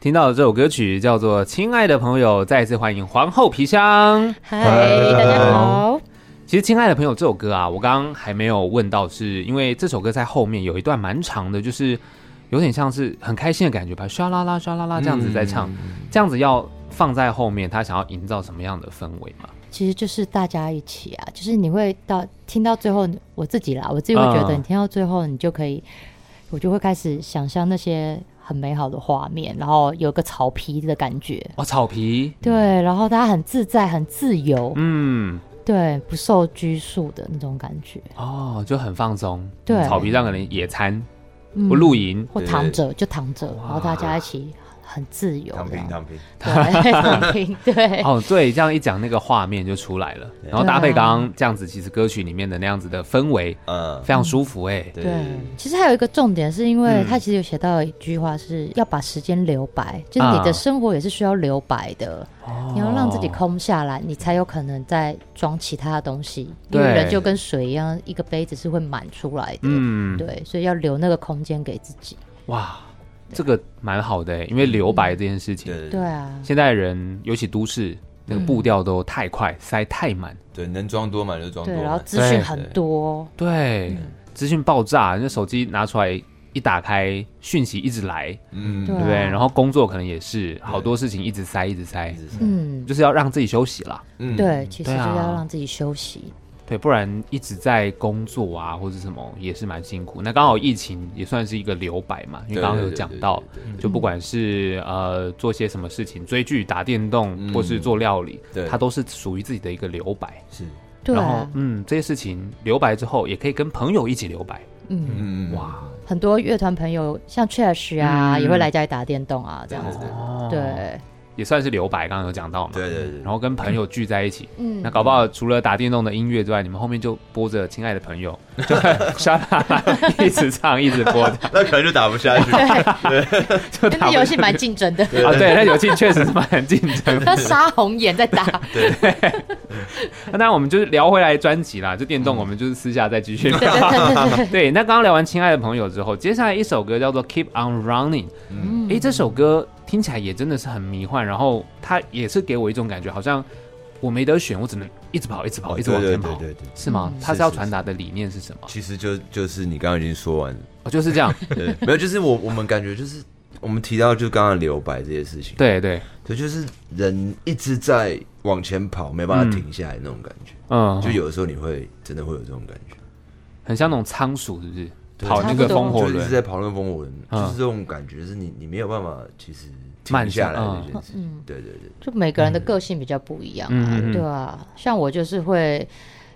S1: 听到的这首歌曲叫做《亲爱的朋友》，再次欢迎皇后皮箱。
S2: 嗨，大家好，
S1: 其实《亲爱的朋友》这首歌啊，我刚刚还没有问到是，因为这首歌在后面有一段蛮长的，就是有点像是很开心的感觉吧，唰啦啦唰啦啦这样子在唱，
S3: 嗯
S1: 这样子要放在后面，他想要营造什么样的氛围嘛？
S2: 其实就是大家一起啊，就是你会到听到最后，我自己啦，我自己会觉得，
S1: 嗯
S2: 你听到最后，你就可以，我就会开始想象那些很美好的画面，然后有个草皮的感觉，
S1: 哇，哦草皮，
S2: 对，然后大家很自在、很自由，
S1: 嗯，
S2: 对，不受拘束的那种感觉。
S1: 哦，就很放松，
S2: 对
S1: 草皮上可能野餐、
S2: 嗯
S1: 不露营，
S2: 或躺着就躺着，然后大家一起很自由，
S3: 躺
S2: 这
S3: 平
S2: 样
S3: 躺平，
S2: 对，躺平，对，
S1: 哦，对，这样一讲那个画面就出来 了，然后搭配刚刚这样子，其实歌曲里面的那样子的氛围
S3: 嗯，
S1: 非常舒服哎、
S3: 对
S2: 对，其实还有一个重点，是因为他其实有写到一句话是要把时间留白，就是你
S1: 啊哦
S2: 的生活也是需要留白的，你要让自己空下来，你才有可能再装其他的东西。因为
S1: 对
S2: 人就跟水一样，一个杯子是会满出来的，
S1: 嗯，
S2: 对，所以要留那个空间给自己。
S1: 哇，这个蛮好的、欸因为留白这件事情，
S3: 对嗯
S2: 对啊，
S1: 现代人尤其都市那个步调都太快，塞太满，
S3: 对，能装多满就装
S2: 对，
S3: 多
S2: 然后
S3: 满。
S2: 资讯很多，
S1: 对，资讯爆炸，那手机拿出来一打开，讯息一直来，
S3: 嗯，
S1: 对不对？
S2: 对啊
S1: 然后工作可能也是好多事情一直塞，一直塞
S3: 一，直是
S2: 嗯，
S1: 就是要让自己休息啦。
S3: 嗯
S2: 对，，其实
S1: 对
S2: 就
S1: 啊
S2: 要让自己休息，
S1: 对，不然一直在工作啊或者什么也是蛮辛苦。那刚好疫情也算是一个留白嘛，因为刚刚有讲到，
S3: 对，对对对对
S1: 就不管是呃做些什么事情，追剧、打电动
S3: 嗯
S1: 或是做料理，
S3: 对
S1: 它都是属于自己的一个留白。
S3: 是，
S2: 对
S1: 然后
S2: 啊，
S1: 嗯，这些事情留白之后，也可以跟朋友一起留白。
S2: 嗯，
S3: 嗯哇，
S1: 哇，
S2: 很多乐团朋友像 Trash 啊，
S1: 嗯
S2: 也会来家里打电动啊，这
S3: 对
S2: 样
S3: 对
S2: 子，
S3: 对，
S1: 哦，
S2: 对，
S1: 也算是留白，刚刚有讲到嘛。
S3: 对对对
S1: 然后跟朋友聚在一起，
S2: 嗯
S1: 那搞不好除了打电动的音乐之外，你们后面就播着《亲爱的朋 友》，就很沙发一直唱一直播，
S3: 那可能就打不下去。
S1: 就
S2: 那
S1: 打
S2: 游戏蛮竞争的，
S1: 啊，对，那游戏确实是蛮竞争。
S2: 那杀红眼在打，
S1: 那当然我们就是聊回来专辑啦，就电
S3: 嗯
S1: 动我们就是私下再继 续聊。对，那刚刚聊完《亲爱的朋友》之后，接下来一首歌叫做《Keep on Running》，
S2: 嗯
S1: 诶，这首歌听起来也真的是很迷幻，然后它也是给我一种感觉，好像我没得选，我只能一直跑，一直 跑，一直往前跑，
S3: 对对对对，
S1: 是吗？
S2: 嗯
S1: 它
S3: 是
S1: 是要
S3: 是
S1: 传达的理念是什么？
S3: 其实就就是你刚刚已经说完了，
S1: 哦，就是这样，
S3: 对， 没有，就是我我们感觉就是我们提到就刚刚留白这些事情，
S1: 对对，
S3: 对，就是人一直在往前跑，没办法停下来那种感觉。
S1: 嗯，
S3: 就有的时候你会真的会有这种感觉，
S1: 很像那种仓鼠，是不是？
S3: 对
S1: 跑那个
S2: 差不多
S1: 风火
S3: 就是一直
S1: 轮，
S3: 在跑那个风火轮，
S1: 嗯
S3: 就是这种感觉，就是你你没有办法其实
S1: 慢
S3: 停下来
S1: 下嗯
S3: 这件事。
S2: 嗯
S3: 对对对，
S2: 就每个人的个性比较不一样啊，
S1: 嗯嗯嗯
S2: 对啊，像我就是会，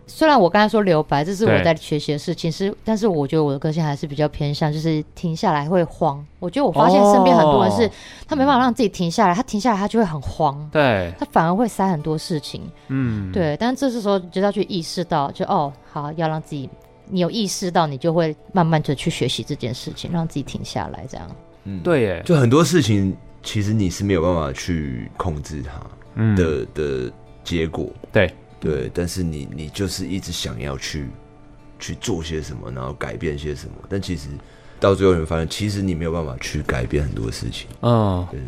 S2: 虽然我刚才说留白，这是我
S1: 对
S2: 在学习的事情，是，但是我觉得我的个性还是比较偏向，就是停下来会慌。我觉得我发现身边很多人是，
S1: 哦
S2: 他没办法让自己停下来，他停下来他就会很慌。
S1: 对，
S2: 他反而会塞很多事情，
S1: 嗯，
S2: 对，但这时候就要去意识到，就哦，好，要让自己，你有意识到，你就会慢慢的去学习这件事情，让自己停下来，这样。
S3: 嗯，
S1: 对耶，
S3: 就很多事情其实你是没有办法去控制它
S1: 嗯，
S3: 的、的结果，
S1: 对，
S3: 对，但是你你就是一直想要去去做些什么，然后改变些什么，但其实到最后你会发现，其实你没有办法去改变很多事情。
S1: 嗯，
S3: 对对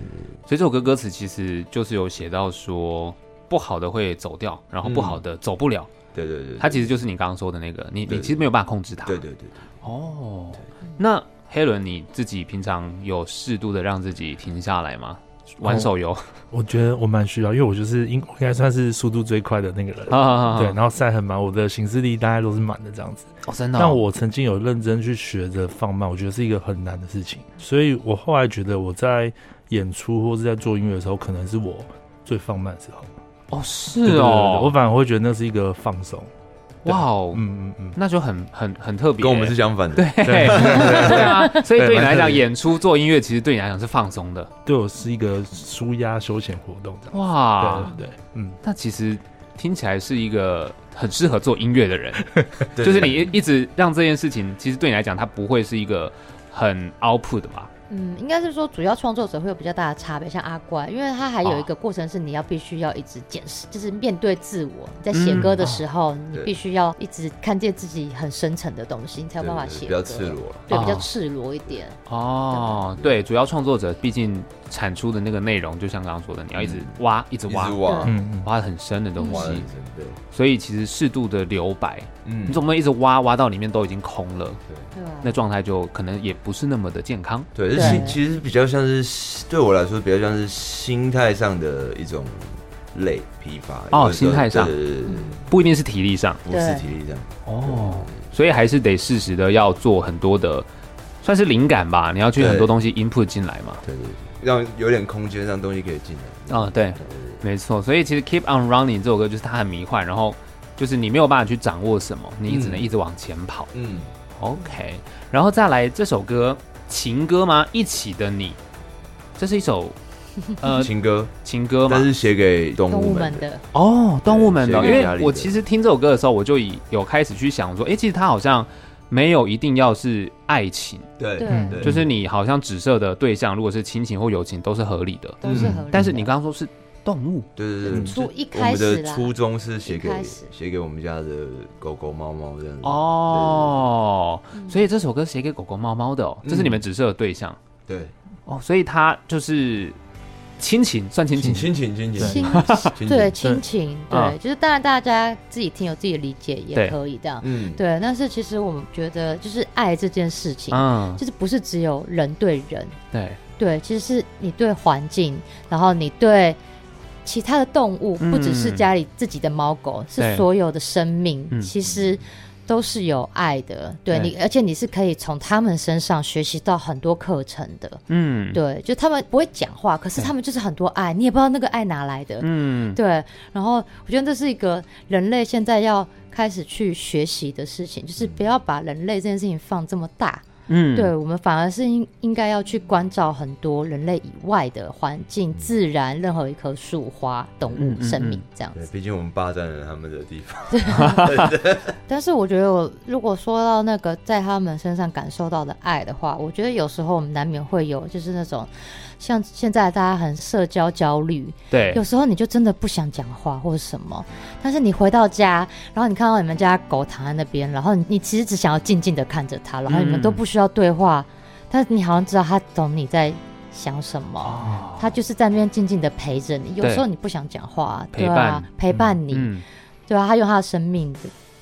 S1: 所以这首歌歌词其实就是有写到说，不好的会走掉，然后不好的走不了，
S3: 对对对对，
S1: 它其实就是你刚刚说的那个，你
S3: 对
S1: 你其实没有办法控制它。
S3: 对对对对。
S1: 哦，那黑伦你自己平常有适度的让自己停下来吗？玩手游，
S4: 我觉得我蛮需要，因为我就是应应该算是速度最快的那个人。
S1: 啊，
S4: 对，然后塞很满，我的行事历大概都是满的这样子。
S1: 哦，真的哦，
S4: 但我曾经有认真去学着放慢，我觉得是一个很难的事情。所以我后来觉得我在演出或是在做音乐的时候，可能是我最放慢的时候。
S1: 哦
S4: 对
S1: 是
S4: 对对对我
S1: 哦，
S4: 反而会觉得那是一个放松。
S1: 哇哦，
S4: 嗯嗯嗯，
S1: 那就很很很特别耶，
S3: 跟我们是相反的。
S1: 对，对啊，所以对
S4: 对
S1: 你来
S4: 蛮特
S1: 讲，
S4: 别
S1: 演出做音乐其实对你来讲是放松的。
S4: 对我是一个舒压休闲活动这样。
S1: 哇，
S4: 对对对，嗯，
S1: 那其实听起来是一个很适合做音乐的人，
S3: 对
S1: 就是你一直让这件事情，其实对你来讲，它不会是一个很 output 的吧？
S2: 嗯，应该是说主要创作者会有比较大的差别，像阿怪，因为他还有一个过程是你要必须要一直检视，就是面对自我，在写歌的时候，你
S3: 对
S2: 必须要一直看见自己很深层的东西，你才有办法啊写
S3: 比
S2: 歌。
S3: 较赤，裸。
S2: 对，比较
S1: 哦
S2: 赤裸一点。
S1: 哦，对，主要创作者毕竟产出的那个内容，就像刚刚说的，你要一直挖，嗯一直挖，
S3: 挖
S4: 嗯嗯，
S1: 挖很深的东
S3: 挖
S1: 西，
S3: 对，
S1: 所以其实适度的留白，
S3: 嗯
S1: 你总不能一直挖挖到里面都已经空了，
S2: 对啊，
S1: 那状态就可能也不是那么的健康。
S3: 对，
S2: 对
S3: 其其实比较像是对我来说比较像是心态上的一种累疲乏
S1: 哦
S3: 有的时候
S1: 心态上
S3: 对对对对对
S1: 不一定是体力上
S3: 不是体力上，
S1: 哦，所以还是得适时的要做很多的，算是灵感吧，你要去
S3: 对
S1: 很多东西 input 进来嘛。
S3: 对对对，让有点空间让东西可以进来。
S1: 啊、对，没错。所以其实 Keep on Running 这首歌就是它很迷幻，然后就是你没有办法去掌握什么，你只能一直往前跑。
S3: 嗯，
S1: OK，然后再来这首歌情歌吗？一起的你，这是一首 呃
S3: 情歌，
S1: 情歌吗
S3: 但？是写给动
S2: 动物
S3: 物
S2: 们
S3: 们的。
S2: 的，
S1: 哦，动物们的，因
S3: 对
S1: 为
S3: 压力的
S1: 我其实听这首歌的时候，我就已有开始去想说，诶，其实它好像没有一定要是爱情。
S3: 对
S2: 对
S4: 嗯
S3: 对
S1: 就是你好像指涉的对象，如果是亲情或友情，都是合理的。
S3: 嗯
S2: 都是合理的
S1: 但是你刚刚说是动物，
S3: 对对
S4: 嗯
S3: 对，
S2: 初一
S3: 我们
S2: 开始
S3: 的
S2: 啦，
S3: 初衷是写
S2: 一
S3: 给
S2: 开始
S3: 写给我们家的狗狗、猫猫这样子。
S1: 哦，
S2: 嗯
S1: 哦
S3: 嗯
S1: 所以这首歌写给狗狗、猫猫的哦，这是你们指涉的对象。
S3: 对，对，
S1: 哦，所以他就是亲情，算亲情，
S3: 亲情亲
S4: 对
S2: 亲
S3: 情亲
S2: 对
S3: 情，
S2: 亲情，
S1: 啊
S2: 对，就是当然大家自己听有自己的理解
S1: 对
S2: 也可以这样，
S3: 嗯，
S2: 对。但是其实我们觉得，就是爱这件事情，
S1: 嗯，
S2: 就是不是只有人对人，
S1: 对，
S2: 对，其实是你对环境，然后你对其他的动物，
S1: 嗯
S2: 不只是家里自己的猫狗，
S1: 对
S2: 是所有的生命
S1: 嗯，
S2: 其实都是有爱的。对
S1: 对
S2: 你，而且你是可以从他们身上学习到很多课程的。
S1: 嗯，，
S2: 对，就他们不会讲话，可是
S1: 对
S2: 他们就是很多爱，你也不知道那个爱哪来的。
S1: 嗯，
S2: 对，然后我觉得这是一个人类现在要开始去学习的事情，就是不要把人类这件事情放这么大。
S1: 嗯，
S2: 对，我们反而是应应该要去关照很多人类以外的环境、自然，任何一棵树、花、动
S1: 嗯
S2: 物、
S1: 嗯
S2: 生命
S1: 嗯
S2: 这样
S3: 对
S2: 子。，
S3: 毕竟我们霸占了他们的地方，
S2: 但是我觉得，我如果说到那个在他们身上感受到的爱的话，我觉得有时候我们难免会有，就是那种像现在大家很社交焦虑，
S1: 对，
S2: 有时候你就真的不想讲话或者什么，但是你回到家，然后你看到你们家狗躺在那边，然后你你其实只想要静静的看着它，然后你们都
S1: 嗯
S2: 不需要对话，但是你好像知道它懂你在想什么。
S1: 哦
S2: 他就是在那边静静的陪着你。有
S1: 对
S2: 时候你不想讲话、啊，
S1: 陪
S2: 对啊
S1: 伴，
S2: 陪伴你，
S1: 嗯，
S2: 对啊，他用他的生命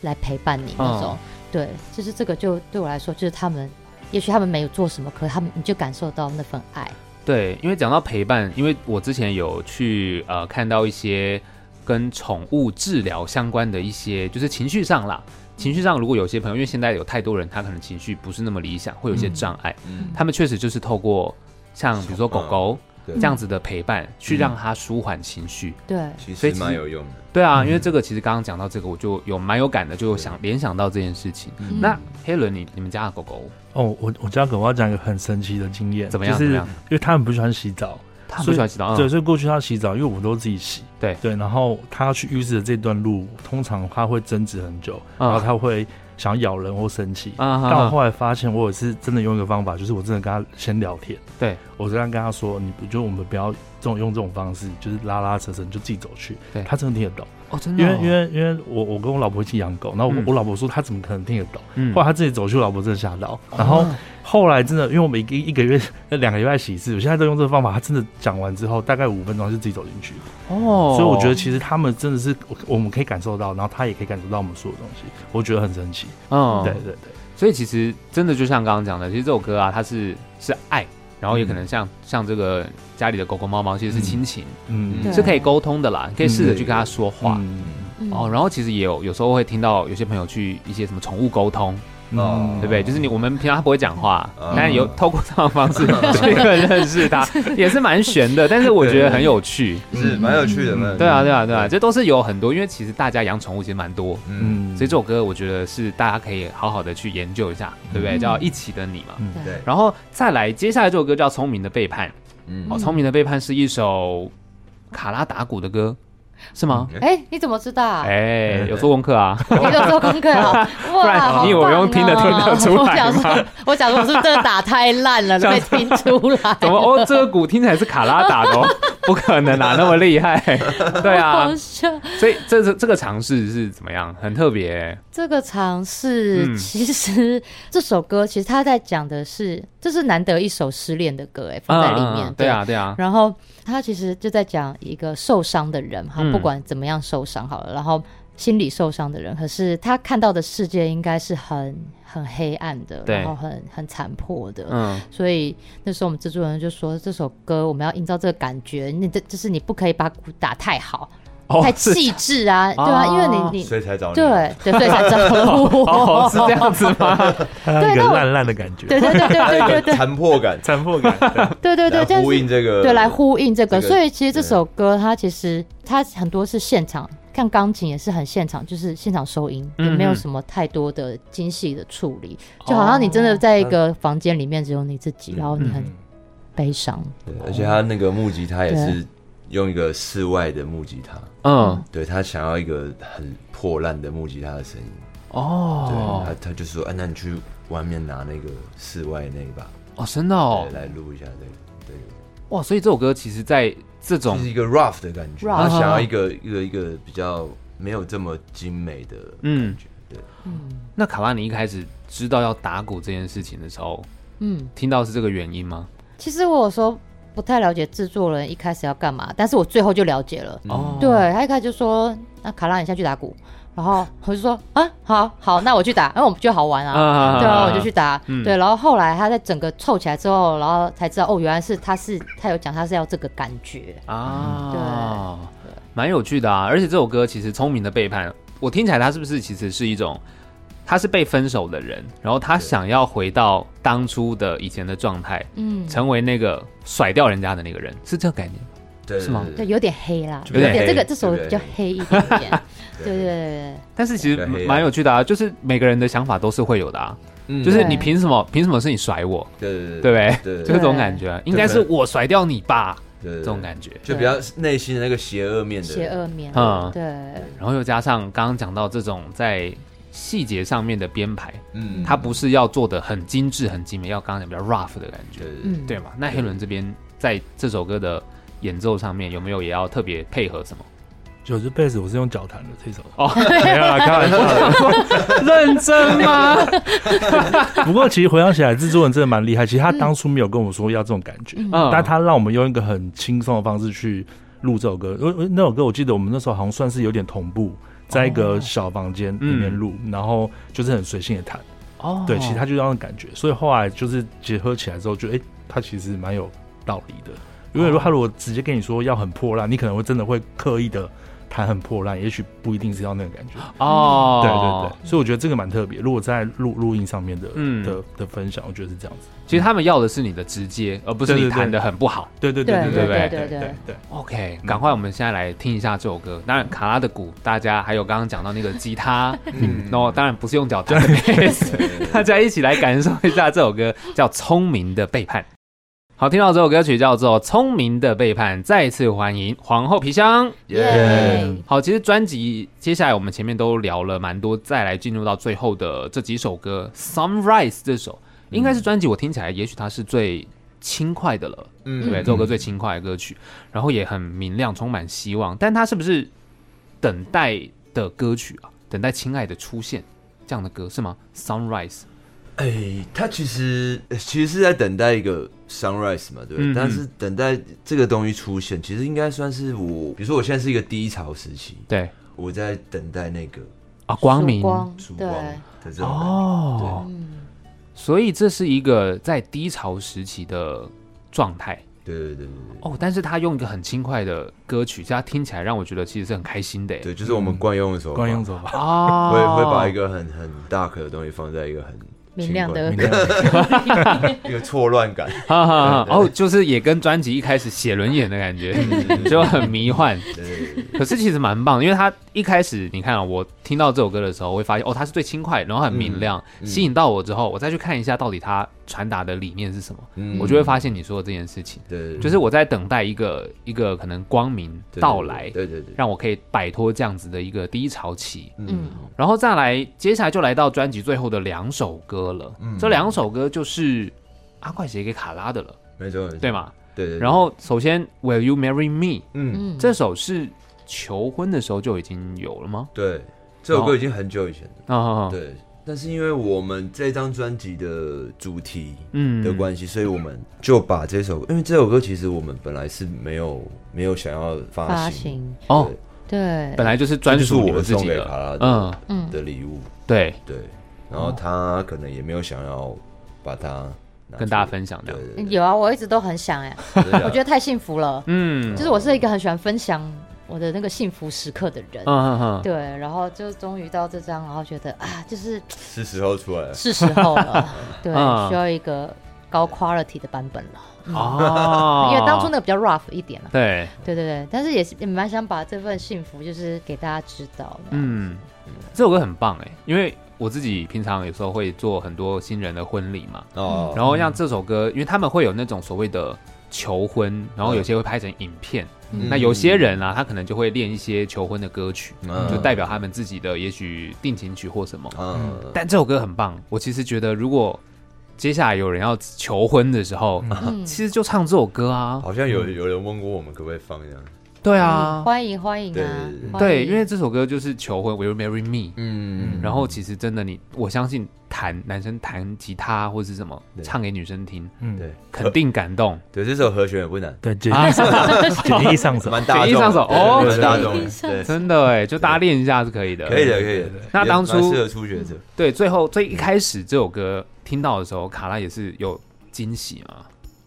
S2: 来陪伴你那
S1: 哦
S2: 种。对，就是这个就对我来说，就是他们，也许他们没有做什么，可是他们你就感受到那份爱。
S1: 对，因为讲到陪伴，因为我之前有去呃看到一些跟宠物治疗相关的一些，就是情绪上啦，情绪上如果有些朋友，因为现在有太多人他可能情绪不是那么理想，会有一些
S4: 嗯
S1: 障碍，
S3: 嗯，
S1: 他们确实就是透过像比如说狗狗嗯
S3: 对
S1: 这样子的陪伴，去让它舒缓情绪。
S2: 对，
S3: 其
S1: 所以其
S3: 实
S1: 实
S3: 蛮有用的。
S1: 对啊，因为这个其实刚刚讲到这个，我就有蛮有感的，就有想联想到这件事情。
S2: 嗯
S1: 那黑伦，你你们家的狗狗
S4: 哦，我我家狗我要讲一个很神奇的经验，
S1: 怎么样？
S4: 就
S1: 怎么
S4: 是因
S1: 样？
S4: 为它很不喜欢洗澡，
S1: 它很不喜欢洗澡，
S4: 对，
S1: 嗯
S4: 所以过去它洗澡，因为我都自己洗，
S1: 对
S4: 对，然后它要去浴室的这段路，通常它会争执很久，
S1: 嗯
S4: 然后它会想咬人或生气。
S1: 啊哈
S4: 但我
S1: 哈，
S4: 后来发现，我也是真的用一个方法，就是我真的跟他先聊天。
S1: 对，
S4: 我这样跟他说，你不就我们不要这种用这种方式，就是拉拉扯扯，你就自己走去。
S1: 对
S4: 他真的听得懂，
S1: 哦，真的
S4: 因
S1: 哦，
S4: 为因为因为我我跟我老婆一起养狗，然后我、
S1: 嗯
S4: 我老婆说她怎么可能听得懂？
S1: 嗯哦
S4: 后来她自己走去，我老婆真的吓到。然后后来真的，因为我们一个一个月两个礼拜洗一次，我现在都用这个方法。她真的讲完之后，大概五分钟她就自己走进去。
S1: 哦，
S4: 所以我觉得其实他们真的是我我们可以感受到，然后他也可以感受到我们所有东西，我觉得很神奇。
S1: 嗯，
S4: 对对对，
S1: 所以其实真的就像刚刚讲的，其实这首歌啊，它是是爱，然后也可能像、像这个家里的狗狗猫猫，其实是亲情，
S4: 嗯，
S2: 对
S1: 是可以沟通的啦，你可以试着去跟它说话。
S4: 嗯
S2: 嗯
S1: 哦，然后其实也有有时候会听到有些朋友去一些什么宠物沟通，
S4: 嗯
S3: 哦
S1: 对不对？就是你我们平常它不会讲话，
S3: 嗯
S1: 但有透过这样的方式 去认识 它，也是蛮悬的，但是我觉得很有趣。
S3: 是蛮有趣的，
S4: 嗯
S3: 蛮有趣的
S1: 对啊，对啊，对啊，，这都是有很多，因为其实大家养宠物其实蛮多，
S3: 嗯，
S4: 嗯
S1: 所以这首歌我觉得是大家可以好好的去研究一下，对不对？
S2: 嗯
S1: 叫《一起的你》嘛。
S4: 嗯
S3: 对
S1: 然后再来，接下来这首歌叫《聪明的背叛》。
S3: 嗯
S1: 哦，《聪明的背叛》是一首卡拉达鼓的歌，是吗？
S2: 哎，你怎么知道啊？
S1: 哎，有做功课啊！
S2: 你有做功课啊？
S1: 不然
S2: 哇，好棒哦
S1: 你以为我用听的听得出来吗
S2: 我想说，我想说，我是真的打太烂 了，
S1: 想
S2: 被听出来。
S1: 怎么哦？这个鼓听起来是卡拉打的哦， 不可能啊，那么厉害。 对啊
S2: 好，笑。
S1: 所以这是这个尝试是怎么样？很特别
S2: 这个尝试
S1: 嗯
S2: 其实、这首歌其实他在讲的是，这是难得一首失恋的歌哎，放在里面。
S1: 对啊，对啊，
S2: 然后他其实就在讲一个受伤的人，哈
S1: 嗯，
S2: 不管怎么样受伤好了，然后心理受伤的人，可是他看到的世界应该是很很黑暗的，
S1: 对
S2: 然后很很残破的。
S1: 嗯，
S2: 所以那时候我们制作人就说，这首歌我们要营造这个感觉，你这就是你不可以把鼓打太好，
S1: 哦
S2: 太
S1: 是
S2: 气质啊，对
S1: 啊
S2: 啊，因为你你
S3: 所以才找你，
S2: 对对，所以才找了
S1: 哦
S2: 我。
S1: 是这样子吗？
S4: 一个烂烂的感觉，
S2: 对对对对对对对
S3: 残破感，
S4: 残破感，
S2: 对对对，
S3: 来
S2: 但
S3: 呼应
S2: 是
S3: 这个，
S2: 对来呼应这个，
S3: 这个
S2: 所以其实这首歌它其实它很多是现场，看钢琴也是很现场，就是现场收音，也
S1: 嗯
S2: 没有
S1: 嗯
S2: 什么太多的精细的处理，就好像你真的在一个房间里面只有你自己，然后你很悲伤，
S3: 对，而且他那个木吉他也是用一个室外的木吉他，
S2: 哦
S1: 嗯，
S3: 对他想要一个很破烂的木吉他的声音，
S1: 哦，
S2: 啊
S3: 对，他他就说，哎、那你去外面拿那个室外那一把，
S1: 哦，真的哦
S3: 对，来录一下这个，这
S1: 哇！所以这首歌其实，在这
S3: 个
S1: 种
S3: 就是一个 rough 的感觉
S2: rough
S3: 他想要一个一个一个比较没有这么精美的
S1: 嗯
S3: 感觉，
S1: 那卡拉，你一开始知道要打鼓这件事情的时候，
S2: 嗯。
S1: 听到是这个原因吗？
S2: 其实我有时候不太了解制作人一开始要干嘛，但是我最后就了解了。
S1: 哦，
S2: 对，啊他一开始就说：“那卡拉，你先去打鼓。”然后我就说：“啊，好好，那我去打，因为我们就好玩啊。
S1: 啊
S2: 对啊，我就去打。
S1: 嗯
S2: 对，然后后来他在整个凑起来之后，然后才知道哦，原来是他是他有讲他是要这个感觉。
S1: 啊，蛮有趣的啊。而且这首歌其实《聪明的背叛》，我听起来他是不是其实是一种，他是被分手的人，然后他想要回到当初的以前的状态，
S2: 嗯，
S1: 成为那个甩掉人家的那个人，是这个概念吗。
S3: 对，
S1: 是吗
S2: 对，有点黑啦，
S1: 有点黑
S2: 这个这首
S3: 对
S2: 比较黑一点点。对对对
S3: 对，
S2: 对
S1: 但是其实
S3: 对黑暗
S1: 蛮有趣的啊，就是每个人的想法都是会有的啊，
S3: 嗯
S1: 就是
S2: 对
S1: 你凭什么凭什么是你甩我，
S3: 对
S1: 对不对？
S3: 对
S1: 就
S3: 对
S1: 是这种感觉，应该是我甩掉你吧，
S3: 对，
S1: 这种感觉。
S3: 就比较内心的那个邪恶面
S2: 对，
S3: 的
S2: 邪恶面。
S1: 嗯
S2: 对，
S1: 然后又加上刚刚讲到这种在细节上面的编排，
S3: 嗯，
S1: 它不是要做的很精致、很精美，要刚刚讲比较 rough 的感觉
S3: 对，
S2: 嗯，
S1: 对嘛？那黑伦这边在这首歌的演奏上面有没有也要特别配合什么？
S4: 就是贝斯我是用脚弹的这首，
S1: 哦，
S4: 没有啦，开玩笑的。
S1: 认真吗？
S4: 不过其实回想起来，制作人真的蛮厉害。其实他当初没有跟我说要这种感觉，
S1: 嗯
S4: 但他让我们用一个很轻松的方式去录这首歌。因为因为那首歌我记得我们那时候好像算是有点同步，在一个小房间里面录，然后就是很随性的弹。
S1: 哦
S4: 对，其实他就这样的感觉，所以后来就是结合起来之后就，诶，哎，他其实蛮有道理的。因为如果他如果直接跟你说要很破烂，你可能会真的会刻意的弹很破烂，也许不一定是要那个感觉。对对
S1: 哦，
S4: 对，所以我觉得这个蛮特别。如果在录录音上面的、
S1: 嗯
S4: 的的分享，我觉得是这样子。
S1: 对，其实他们要的是你的直接，而不是
S4: 对
S1: 你
S4: 对嗯对
S1: 弹的很不好。
S4: 对对
S2: 对
S4: 对
S1: 对
S2: 对对
S4: 对对。
S1: OK，赶快我们现在来听一下这首歌。当然，卡拉的鼓，大家还有刚刚讲到那个吉他， 嗯，然后当然不是用脚弹的贝斯， 大家一起来感受一下这首歌，叫《聪明的背叛》。好，听到这首歌曲叫做《聪明的背叛》，再次欢迎皇后皮箱。
S3: 耶，
S2: 耶
S1: 好，其实专辑接下来我们前面都聊了蛮多，再来进入到最后的这几首歌，《Sunrise》这首应该是专辑我听起来，也许它是最轻快的了。对不
S3: 嗯
S1: 对？这首歌最轻快的歌曲，然后也很明亮，充满希望。但它是不是等待的歌曲啊？等待亲爱的出现这样的歌是吗？Sunrise，
S3: 哎，他其实呃其实是在等待一个 sunrise 嘛，对不
S1: 嗯嗯
S3: 对？但是等待这个东西出现，其实应该算是我，比如说我现在是一个低潮时期，
S1: 对
S3: 我在等待那个
S1: 啊，光明
S2: 曙光
S3: 曙
S2: 对
S3: 光，的这种感觉。
S1: 哦，
S2: 嗯，
S1: 所以这是一个在低潮时期的状态
S3: 对对对对
S1: 哦。但是他用一个很轻快的歌曲，这样听起来让我觉得其实是很开心的耶。
S3: 对，对，就是我们惯用的手法，
S4: 光用走吧。
S1: 啊，
S3: 会 会把一个很很 dark 的东西放在一个很
S2: 明亮的
S4: 明天
S3: 一个错乱感，
S1: 哈 哈哈，哦，就是也跟专辑一开始写轮眼的感觉，就很迷幻。
S3: 对对对
S1: 可是其实蛮棒的，因为他一开始你看啊，我听到这首歌的时候，我会发现哦，它是最轻快，然后很明亮，
S3: 嗯
S1: 吸引到我之后，我再去看一下到底它传达的理念是什么，
S3: 嗯
S1: 我就会发现你说的这件事情，
S3: 对，
S1: 就是我在等待一个一个可能光明
S3: 对
S1: 到来，
S3: 对对对，
S1: 让我可以摆脱这样子的一个低潮期。
S2: 嗯，
S1: 然后再来，接下来就来到专辑最后的两首歌了。
S3: 嗯
S1: 这两首歌就是阿怪写给卡拉的了，
S3: 嗯没错，没错
S1: 对吗？
S3: 对对。
S1: 然后首先《Will You Marry Me》
S3: 嗯，
S2: 嗯，
S1: 这首是求婚的时候就已经有了吗？
S3: 对，这首歌已经很久以前了，
S1: 啊，
S3: 对。但是因为我们这张专辑的主题
S1: 嗯
S3: 的关系，所以我们就把这首，因为这首歌其实我们本来是没有没有想要
S2: 发
S3: 发行，
S2: 行
S1: 哦，
S2: 对，
S1: 本来就是专
S3: 就是
S1: 属你
S3: 我
S1: 们自
S3: 送
S1: 己
S3: 给卡拉
S1: 的，
S3: 的
S1: 嗯，哦
S2: 嗯
S3: 的礼物，
S1: 对，
S3: 对。然后他可能也没有想要把它拿
S1: 跟
S3: 出
S1: 大家
S3: 来，
S1: 分享这
S3: 对
S1: 样，
S3: 对对
S2: 有啊，我一直都很想哎，
S3: 对啊
S2: 我觉得太幸福了。
S1: 嗯
S2: 就是我是一个很喜欢分享我的那个幸福时刻的人，
S1: 嗯嗯
S2: 对，然后就终于到这张，然后觉得啊，就是
S3: 是时候出来了，
S2: 是时 候了，对，
S1: 嗯
S2: 需要一个高 quality 的版本了，
S1: 嗯，哦
S2: 因为当初那个比较 rough 一点了，
S1: 对，
S2: 对对对，但是也是也蛮想把这份幸福就是给大家知道的，
S1: 嗯，这首歌很棒哎，因为我自己平常有时候会做很多新人的婚礼嘛，
S3: 哦，
S1: 然后让这首歌，因为他们会有那种所谓的求婚，然后有些会拍成影片，
S3: 嗯
S1: 那有些人啊，他可能就会练一些求婚的歌曲，
S3: 嗯
S1: 就代表他们自己的也许定情曲或什么。
S3: 嗯，
S1: 但这首歌很棒，我其实觉得如果接下来有人要求婚的时候，
S2: 嗯
S1: 其实就唱这首歌啊。
S3: 哦好像有有人问过我们可不可以放这样，
S1: 对啊，
S2: 嗯欢迎欢迎
S3: 对
S2: 啊
S3: 对对，
S2: 欢
S1: 对，
S2: 迎
S1: 因为这首歌就是求婚，Will you marry me？
S3: 嗯，
S1: 然后其实真的你，我相信弹男生弹吉他或是什么
S3: 对
S1: 唱给女生听，
S4: 嗯，
S3: 对
S1: 肯定感 动。
S3: 对，这首和弦也不难，
S4: 对，简
S1: 啊
S4: 易上手，简易上手，
S3: 蛮大
S1: 简易
S3: 众的，
S1: 上手哦
S3: 对对对蛮大众
S2: 简易
S3: 的，
S2: 上
S3: 对，
S1: 真的哎，就大家练一下是可以的。
S3: 可以的，可以
S4: 对
S3: 的
S4: 对。
S1: 那当初
S3: 也蛮适合初学者，
S1: 对，最后最一开始这首歌听到的时候，卡拉也是有惊喜嘛。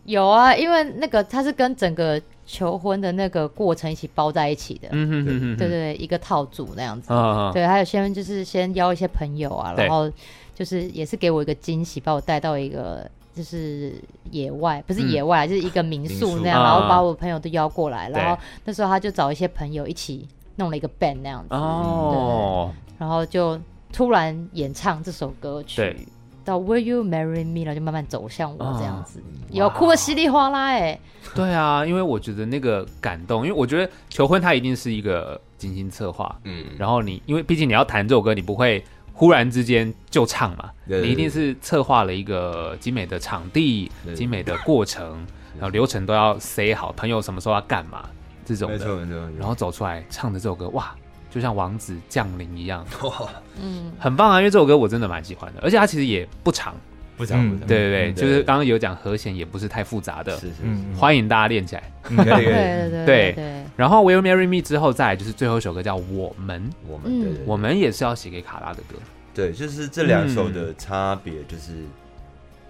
S2: 有啊，因为那个它是跟整个求婚的那个过程一起包在一起的，
S1: 嗯哼哼哼，
S2: 对对对，一个套组那样子。
S1: 啊，嗯，
S2: 对，还有先就是先邀一些朋友啊，
S1: 对
S2: 然后就是也是给我一个惊喜，把我带到一个就是野外，不是
S1: 嗯
S2: 野外，就是一个民
S3: 民
S2: 宿
S3: 宿
S2: 那样，
S1: 啊
S2: 然后把我朋友都邀过来，
S1: 对
S2: 然后那时候他就找一些朋友一起弄了一个 band 那
S1: 啊
S2: 样子，
S1: 哦，
S2: 然后就突然演唱这首歌
S1: 对
S2: 曲。到 Will you marry me 了，就慢慢走向我这样子，
S1: 哇
S2: 有哭的稀里哗啦哎、
S1: 对啊，因为我觉得那个感动，因为我觉得求婚它一定是一个精心策划，
S3: 嗯，
S1: 然后你因为毕竟你要弹这首歌，你不会忽然之间就唱嘛，
S3: 对
S1: 你一定是策划了一个精美的场地、
S3: 对
S1: 精美的过程，然后流程都要塞好，朋友什么时候要干嘛这种
S3: 没错
S1: 的，
S3: 没错，
S1: 然后走出来唱的这首歌，哇，就像王子降临一样，
S3: 后
S2: 嗯，
S1: 很棒啊！因为这首歌我真的蛮喜欢的，而且它其实也不长，
S3: 不长不
S4: 嗯
S3: 长，
S1: 对对对，
S3: 嗯
S1: 就是刚刚有讲和弦也不是太复杂的，
S3: 是嗯是是，
S4: 嗯，
S1: 欢迎大家练起来。
S3: 可以可以
S2: 对对
S3: 可以，
S2: 对
S1: 对
S2: 对，
S1: 然后《Will Marry Me》之后，再来就是最后一首歌叫《我们》，
S3: 我们对
S2: 嗯
S3: 对
S1: 我们也是要写给卡拉的歌。
S3: 对，就是这两首
S1: 嗯
S3: 的差别就是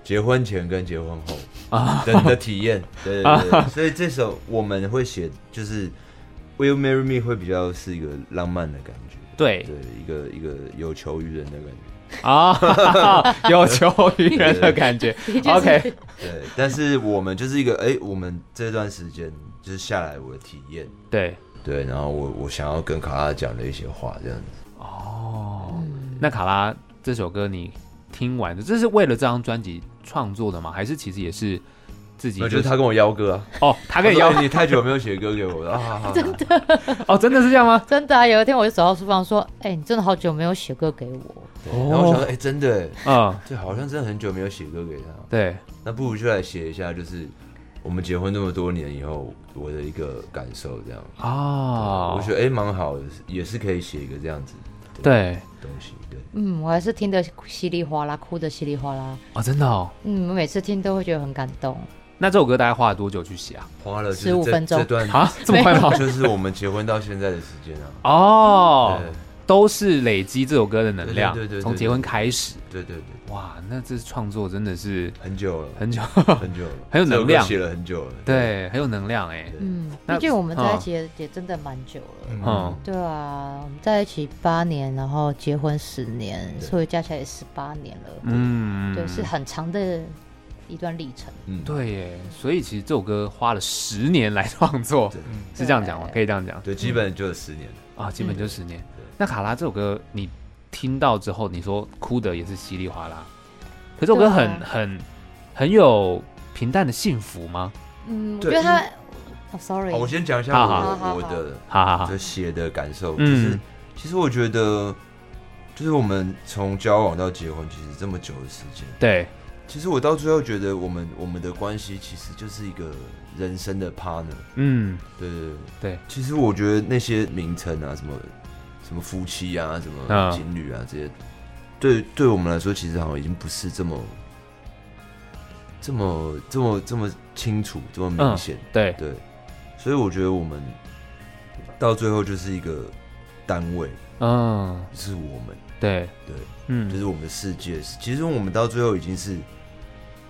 S3: 结婚前跟结婚后啊的的体验，对对对
S1: 啊
S3: 对，所以这首我们会写就是 Will Marry Me 会比较是一个浪漫的感觉，
S1: 对
S3: 对，一个一个有求于人的感觉，
S1: 啊， 有求于人的感觉。
S2: 的确是
S1: OK，
S3: 对，但是我们就是一个哎，我们这段时间就是下来我的体验，
S1: 对，
S3: 对，然后我我想要跟卡拉讲的一些话这样子，
S1: 那卡拉这首歌你听完的，这是为了这张专辑创作的吗？还是其实也是自己
S3: 我
S1: 就
S3: 觉得他跟我邀歌啊，
S1: 哦，他跟你
S3: 说
S1: 要
S3: 哎你太久没有写歌给我了啊，真的。
S1: 哦，真的是这样吗？
S2: 真的啊！有一天我就走到书房说：“哎、你真的好久没有写歌给我。
S3: 然后我
S1: 哦
S3: 想说，哎、真的耶，
S1: 嗯，
S3: 这好像真的很久没有写歌给他，
S1: 对，
S3: 那不如就来写一下，就是我们结婚这么多年以后我的一个感受，这样。
S1: 哦
S3: 我，觉得哎，蛮、好的，也是可以写一个这样子
S1: 对，
S3: 的东西。对，”
S2: 嗯，我还是听得稀里哗啦，哭得稀里哗啦。
S1: 哦，真的哦。
S2: 嗯，我每次听都会觉得很感动。
S1: 那这首歌大概花了多久去写啊？
S3: 花了就是
S2: 15
S3: 这
S2: 分钟
S3: 这段
S1: 啊，这么快吗？
S3: 就是我们结婚到现在的时间啊。
S1: 哦，
S3: 对
S1: 都是累积这首歌的能量，
S3: 对对对对对
S1: 从结婚开始。
S3: 对对对，
S1: 哇，那这创作真的是
S3: 很久了，
S1: 很久，哦
S3: 很久了，
S1: 很有能
S3: 这首歌
S1: 量
S3: 写了很久了。
S1: 对，很有能量哎、
S2: 嗯，
S1: 那
S2: 毕竟我们在
S1: 啊
S2: 一起也,、也真的蛮久了。
S1: 嗯，
S2: 对啊，我们在一起八年，然后结婚十年，所以加起来也十八年了。
S1: 嗯，
S2: 对，是很长的一段历程。
S3: 嗯，
S1: 对耶，所以其实这首歌花了十年来创作
S3: 对，
S1: 是这样讲吗？可以这样讲
S3: 对，基本就有十年了。
S1: 啊，基
S2: 嗯
S1: 本就十年。那卡拉这首歌你听到之后，你说哭的也是稀里哗啦，可是这首歌很、
S2: 对啊
S1: 很很有平淡的幸福吗？
S2: 嗯，我觉
S3: 对
S2: 得他、哦、，sorry，
S3: 好，我先讲一下
S1: 好
S3: 我
S1: 好
S2: 好好
S3: 我
S2: 好
S3: 的
S1: 哈哈哈
S3: 的，写的感受，就
S1: 嗯
S3: 是、其实我觉得，就是我们从交往到结婚，其实这么久的时间，
S1: 对，
S3: 其实我到最后觉得，我们我们的关系其实就是一个人生的 partner，
S1: 嗯，
S3: 对对对
S1: 对，
S3: 其实我觉得那些名称啊，什么什么夫妻啊，什
S1: 嗯
S3: 么情侣啊这些，对对我们来说，其实好像已经不是这么。这么这么这么清楚，这么明显，
S1: 对，
S3: 对，所以我觉得我们到最后就是一个单位，
S1: 嗯，
S3: 是我们，
S1: 对，
S3: 对，就
S1: 嗯，
S3: 是我们的世界是。其实我们到最后已经是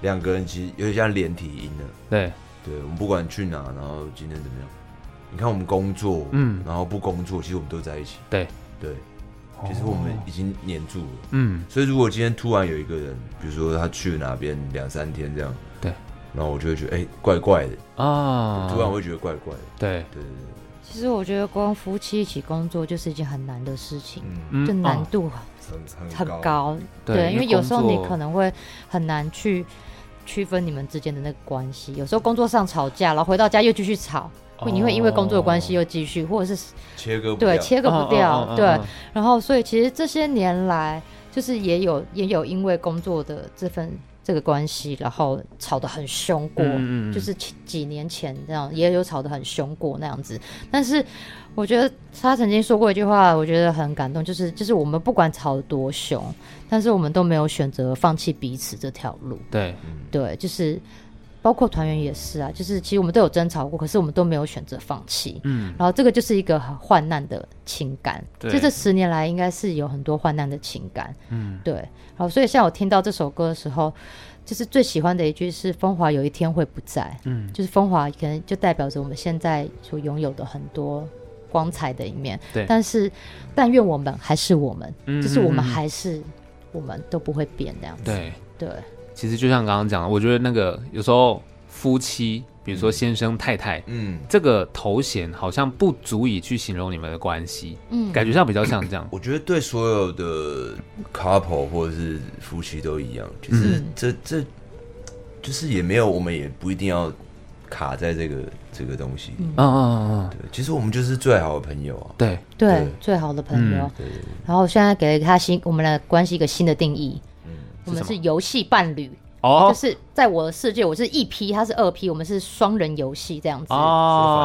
S3: 两个人，其实有点像连体婴了。
S1: 对，
S3: 对，我们不管去哪，然后今天怎么样，你看我们工作，
S1: 嗯
S3: 然后不工作，其实我们都在一起。
S1: 对，哦
S3: 对，其实我们已经黏住了。
S1: 嗯，
S3: 所以如果今天突然有一个人，比如说他去了哪边两三天这样，
S1: 对，
S3: 然后我就会觉得哎、怪怪的，
S1: 啊，
S3: 突然我会觉得怪怪的。
S1: 对，
S3: 对对对，
S2: 其实我觉得光夫妻一起工作就是一件很难的事情，
S3: 嗯，
S1: 嗯
S2: 就难
S1: 哦
S2: 度
S3: 很
S2: 很
S3: 高。
S2: 高，
S1: 对
S2: 对，
S1: 因
S2: 因
S1: 为
S2: 为有时候
S1: 工
S2: 你
S1: 作
S2: 可能会很难去区分你们之间的那个关系。有时候工作上吵架，然后回到家又继续吵，会你会因为工作的关
S1: 哦
S2: 系又继续，或者是
S3: 切割不
S2: 对
S3: 掉
S2: 切割不掉，
S1: 哦哦哦哦
S2: 对。
S1: 哦
S2: 然后，所以其实这些年来，就是也有也有因为工作的这份这个关系，然后吵得很凶过，
S1: 嗯嗯嗯
S2: 就是几几年前这样，也有吵得很凶过那样子。但是我觉得他曾经说过一句话，我觉得很感动，就是就是我们不管吵得多凶，但是我们都没有选择放弃彼此这条路。
S1: 对，
S3: 嗯
S2: 对，就是包括团员也是啊，就是其实我们都有争吵过，可是我们都没有选择放弃。
S1: 嗯，
S2: 然后这个就是一个很患难的情感，
S1: 对
S2: 就这十年来应该是有很多患难的情感，
S1: 嗯，
S2: 对。然后所以像我听到这首歌的时候，就是最喜欢的一句是“风华有一天会不在”，
S1: 嗯，
S2: 就是风华可能就代表着我们现在所拥有的很多光彩的一面，
S1: 对
S2: 但是，但愿我们还是我们，
S1: 嗯
S2: 就是我们
S1: 嗯嗯嗯
S2: 还是我们都不会变这样子，
S1: 对。
S2: 对
S1: 其实就像刚刚讲的，我觉得那个有时候夫妻，比如说先生太太，
S3: 嗯，
S1: 这个头衔好像不足以去形容你们的关系，
S2: 嗯
S1: 感觉上比较像这样。
S3: 我觉得对所有的 couple 或者是夫妻都一样，就是
S2: 嗯
S3: 这、这，就是也没有，我们也不一定要卡在这个这个东西里。
S1: 嗯嗯嗯嗯，
S3: 对，其实我们就是最好的朋友啊。
S1: 对，嗯
S2: 对，
S3: 对
S2: 最好的朋友。
S3: 对对对
S2: 然后现在给了他新我们的关系一个新的定义，我们
S1: 嗯是什
S2: 是游戏伴侣，就
S1: 哦
S2: 是在我的世界，我是一 P，他是二 P，我们是双人游戏这样子。啊，
S1: 哦，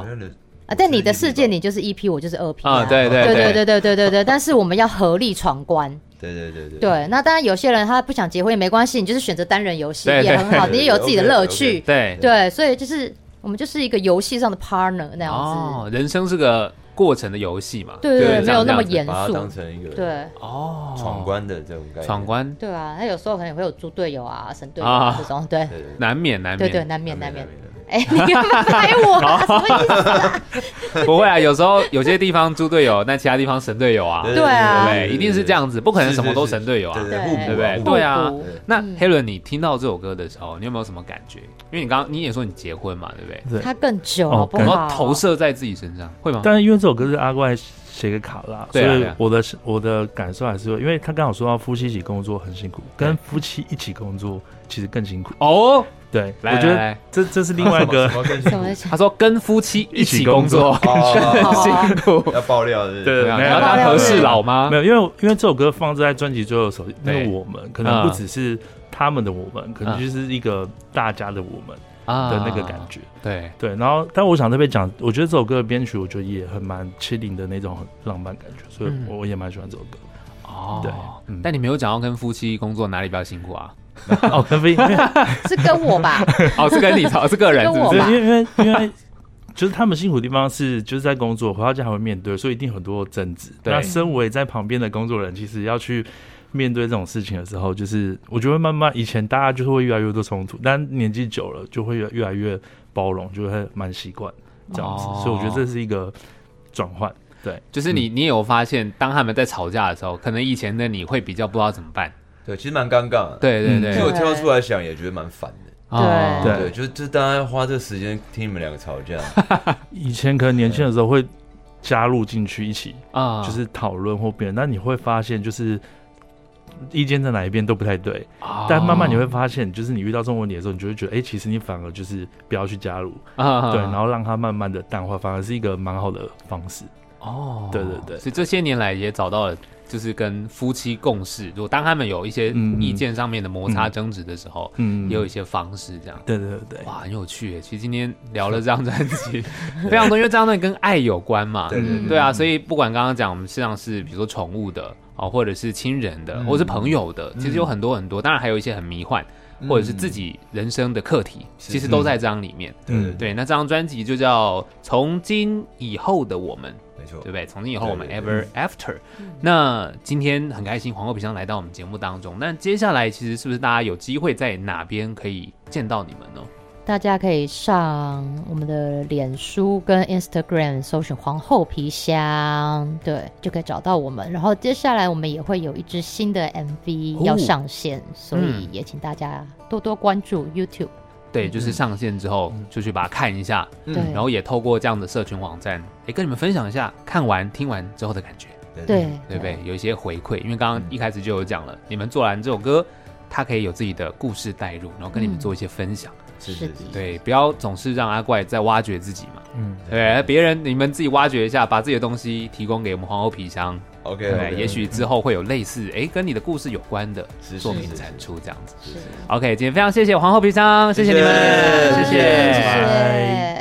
S3: 好，像的
S2: 在你的世界，
S3: 是
S2: 你就是一 P，我就是二 P
S1: 啊对对对
S2: 对对对对对对。但是我们要合力闯关。
S3: 对对对对
S2: 对，那当然有些人他不想结婚也没关系，你就是选择单人游戏
S1: 对对
S2: 也很好，
S3: 对
S2: 你
S3: 对
S2: 也有自己的乐
S3: OK，OK
S2: 趣。
S1: 对
S2: 对，所以就是我们就是一个游戏上的 partner 那样
S1: 哦
S2: 子。，
S1: 人生是个过程的游戏嘛。
S2: 对对，
S1: 对
S2: 没有那么
S1: 这样子
S2: 严
S3: 把它当
S2: 肃。
S3: 成一个
S2: 对。
S1: 哦，
S3: 闯关的这种概念，
S1: 闯关
S2: 对啊，他有时候可能会有猪队友啊、神队友啊
S1: 啊
S2: 这种，对
S3: 对，对对
S1: 难免难
S2: 对对，
S1: 免，
S2: 难免难免
S3: 难。免
S2: 哎，你干嘛拍我啊？什么意思？
S1: 不会啊。有时候有些地方猪队友，那其他地方神队友啊，
S3: 对
S1: 对
S2: 对啊
S1: 不对？一定是这样子，不可能
S3: 是
S1: 什么
S3: 是
S1: 都
S3: 是
S1: 神队友啊。
S3: 对
S2: 对
S3: 互补啊
S1: 对不对
S3: 互补
S1: 对啊
S2: 互补
S1: 那
S2: 嗯
S1: Helen，你听到这首歌的时候，你有没有什么感觉？因为你刚刚你也说你结婚嘛，对不对？
S4: 对
S2: 他更久
S4: 哦
S2: 好不
S4: 感
S1: 然
S4: 觉
S2: 好？
S1: 后投射在自己身上，会吗？
S4: 但是因为这首歌是阿怪写给卡拉，所
S1: 对啊
S4: 以
S1: 对啊
S4: 我的我的感受还是会，因为他刚好说到夫妻一起工作很辛苦，跟夫妻一起工作其实更辛苦。
S1: 哦，
S4: 对，
S1: 来
S4: 我觉
S1: 来
S4: 得
S1: 来
S4: 这这是另外一个
S3: 什么更辛
S2: 什
S3: 苦
S2: 么意思？
S1: 他说跟夫妻一起工作，
S3: 哦
S2: 好啊
S1: 辛苦，
S3: 要爆料是不是？
S4: 对
S1: 对啊，你
S4: 没有
S1: 要当和事佬吗
S4: 没？有，因为因为这首歌放在专辑最后的首，那
S1: 啊对
S4: 个我们可能
S1: 嗯
S4: 不只是他们的我们，可能就是一个大家的我们
S1: 啊
S4: 的那个感，觉。
S1: 对，
S4: 对，然后但我想特别讲，我觉得这首歌的编曲，我觉得也很蛮七零的那种很浪漫感觉，所以
S1: 嗯
S4: 我也蛮喜欢这首歌。
S1: 哦，
S4: 对嗯
S1: 但你没有讲到跟夫妻工作哪里比较辛苦啊？
S4: 哦，跟飞，因为
S2: 是跟我吧？
S1: 哦，是跟你吵，是个人，是
S2: 跟
S1: 不
S2: 我
S1: 是
S2: 吧？
S4: 对，因为因为因为就是他们辛苦的地方是就是在工作，回到家还会面对，所以一定很多争执。
S1: 对
S4: 那身为在旁边的工作人，其实要去面对这种事情的时候，就是我觉得慢慢以前大家就是会越来越多冲突，但年纪久了就会越越来越包容，就会蛮习惯这样子。
S1: 哦
S4: 所以我觉得这是一个转换。对，
S1: 就是你，你有发现，当他们在吵架的时候，可能以前的你会比较不知道怎么办。
S3: 对，其实蛮尴尬的。
S1: 对对
S4: 嗯
S1: 对，
S3: 其实我
S2: 对
S3: 挑出来想也觉得蛮烦的。
S1: 哦
S4: 对
S3: 对，就是就大家花这个时间听你们两个吵架，
S4: 以前可能年轻的时候会加入进去一起
S1: 啊，
S4: 就是讨论或辩论，但你会发现就是意见在哪一边都不太对。
S1: 哦，
S4: 但慢慢你会发现，就是你遇到这种问题的时候，你就会觉得，哎、其实你反而就是不要去加入，
S1: 啊，
S4: 对，然后让它慢慢的淡化，反而是一个蛮好的方式。
S1: 哦，
S4: 对对对
S1: 所以这些年来也找到了，就是跟夫妻共事。如果当他们有一些
S4: 嗯
S1: 意见上面的摩擦争执的时候，
S4: 嗯，
S1: 也有一些方式这样。
S4: 对对对对，
S1: 哇，很有趣耶！其实今天聊了这 张专辑非常多，因为这张专辑跟爱有关嘛，
S3: 对对对
S4: 嗯
S1: 啊，所以不管刚刚讲我们实际上是比如说宠物的哦，或者是亲人
S4: 嗯
S1: 的，或者是朋友的，其实有很多很多，当然还有一些很迷幻，
S4: 嗯
S1: 或者是自己人生的课题，
S3: 是
S1: 其实都在这张里面。
S3: 对对对，
S1: 对，那这张专辑就叫《从今以后的我们》，
S3: 没错
S1: 对不，对？从今以后我们
S3: 对嗯
S1: ever after。那今天很开心黄后皮箱来到我们节目当中，那接下来其实是不是大家有机会在哪边可以见到你们呢？
S2: 大家可以上我们的脸书跟 Instagram 搜寻“皇后皮箱”，对，就可以找到我们。然后接下来我们也会有一支新的 MV
S1: 哦
S2: 要上线，所以
S1: 嗯
S2: 也请大家多多关注 YouTube。
S1: 对，就是上线之后就去把它看一下，
S3: 嗯
S2: 对，
S1: 然后也透过这样的社群网站，哎，跟你们分享一下看完听完之后的感觉，
S2: 对
S1: 对不
S3: 嗯
S1: 对？有一些回馈，因为刚刚一开始就有讲了，你们做完这首歌，它可以有自己的故事带入，然后跟你们做一些分享。
S3: 是是是，
S1: 对，不要总是让阿怪在挖掘自己嘛，
S4: 嗯，
S1: 对，别人你们自己挖掘一下，把自己的东西提供给我们皇后皮箱，
S3: OK，,
S1: 对哎
S3: o
S1: 也许之后会有类似哎跟你的故事有关的
S3: 是
S1: 作品
S3: 是是
S1: 产出这样子。
S2: 是
S1: OK，今天非常谢谢皇后皮箱，谢谢你们，
S3: 谢谢
S1: 谢
S2: 谢谢。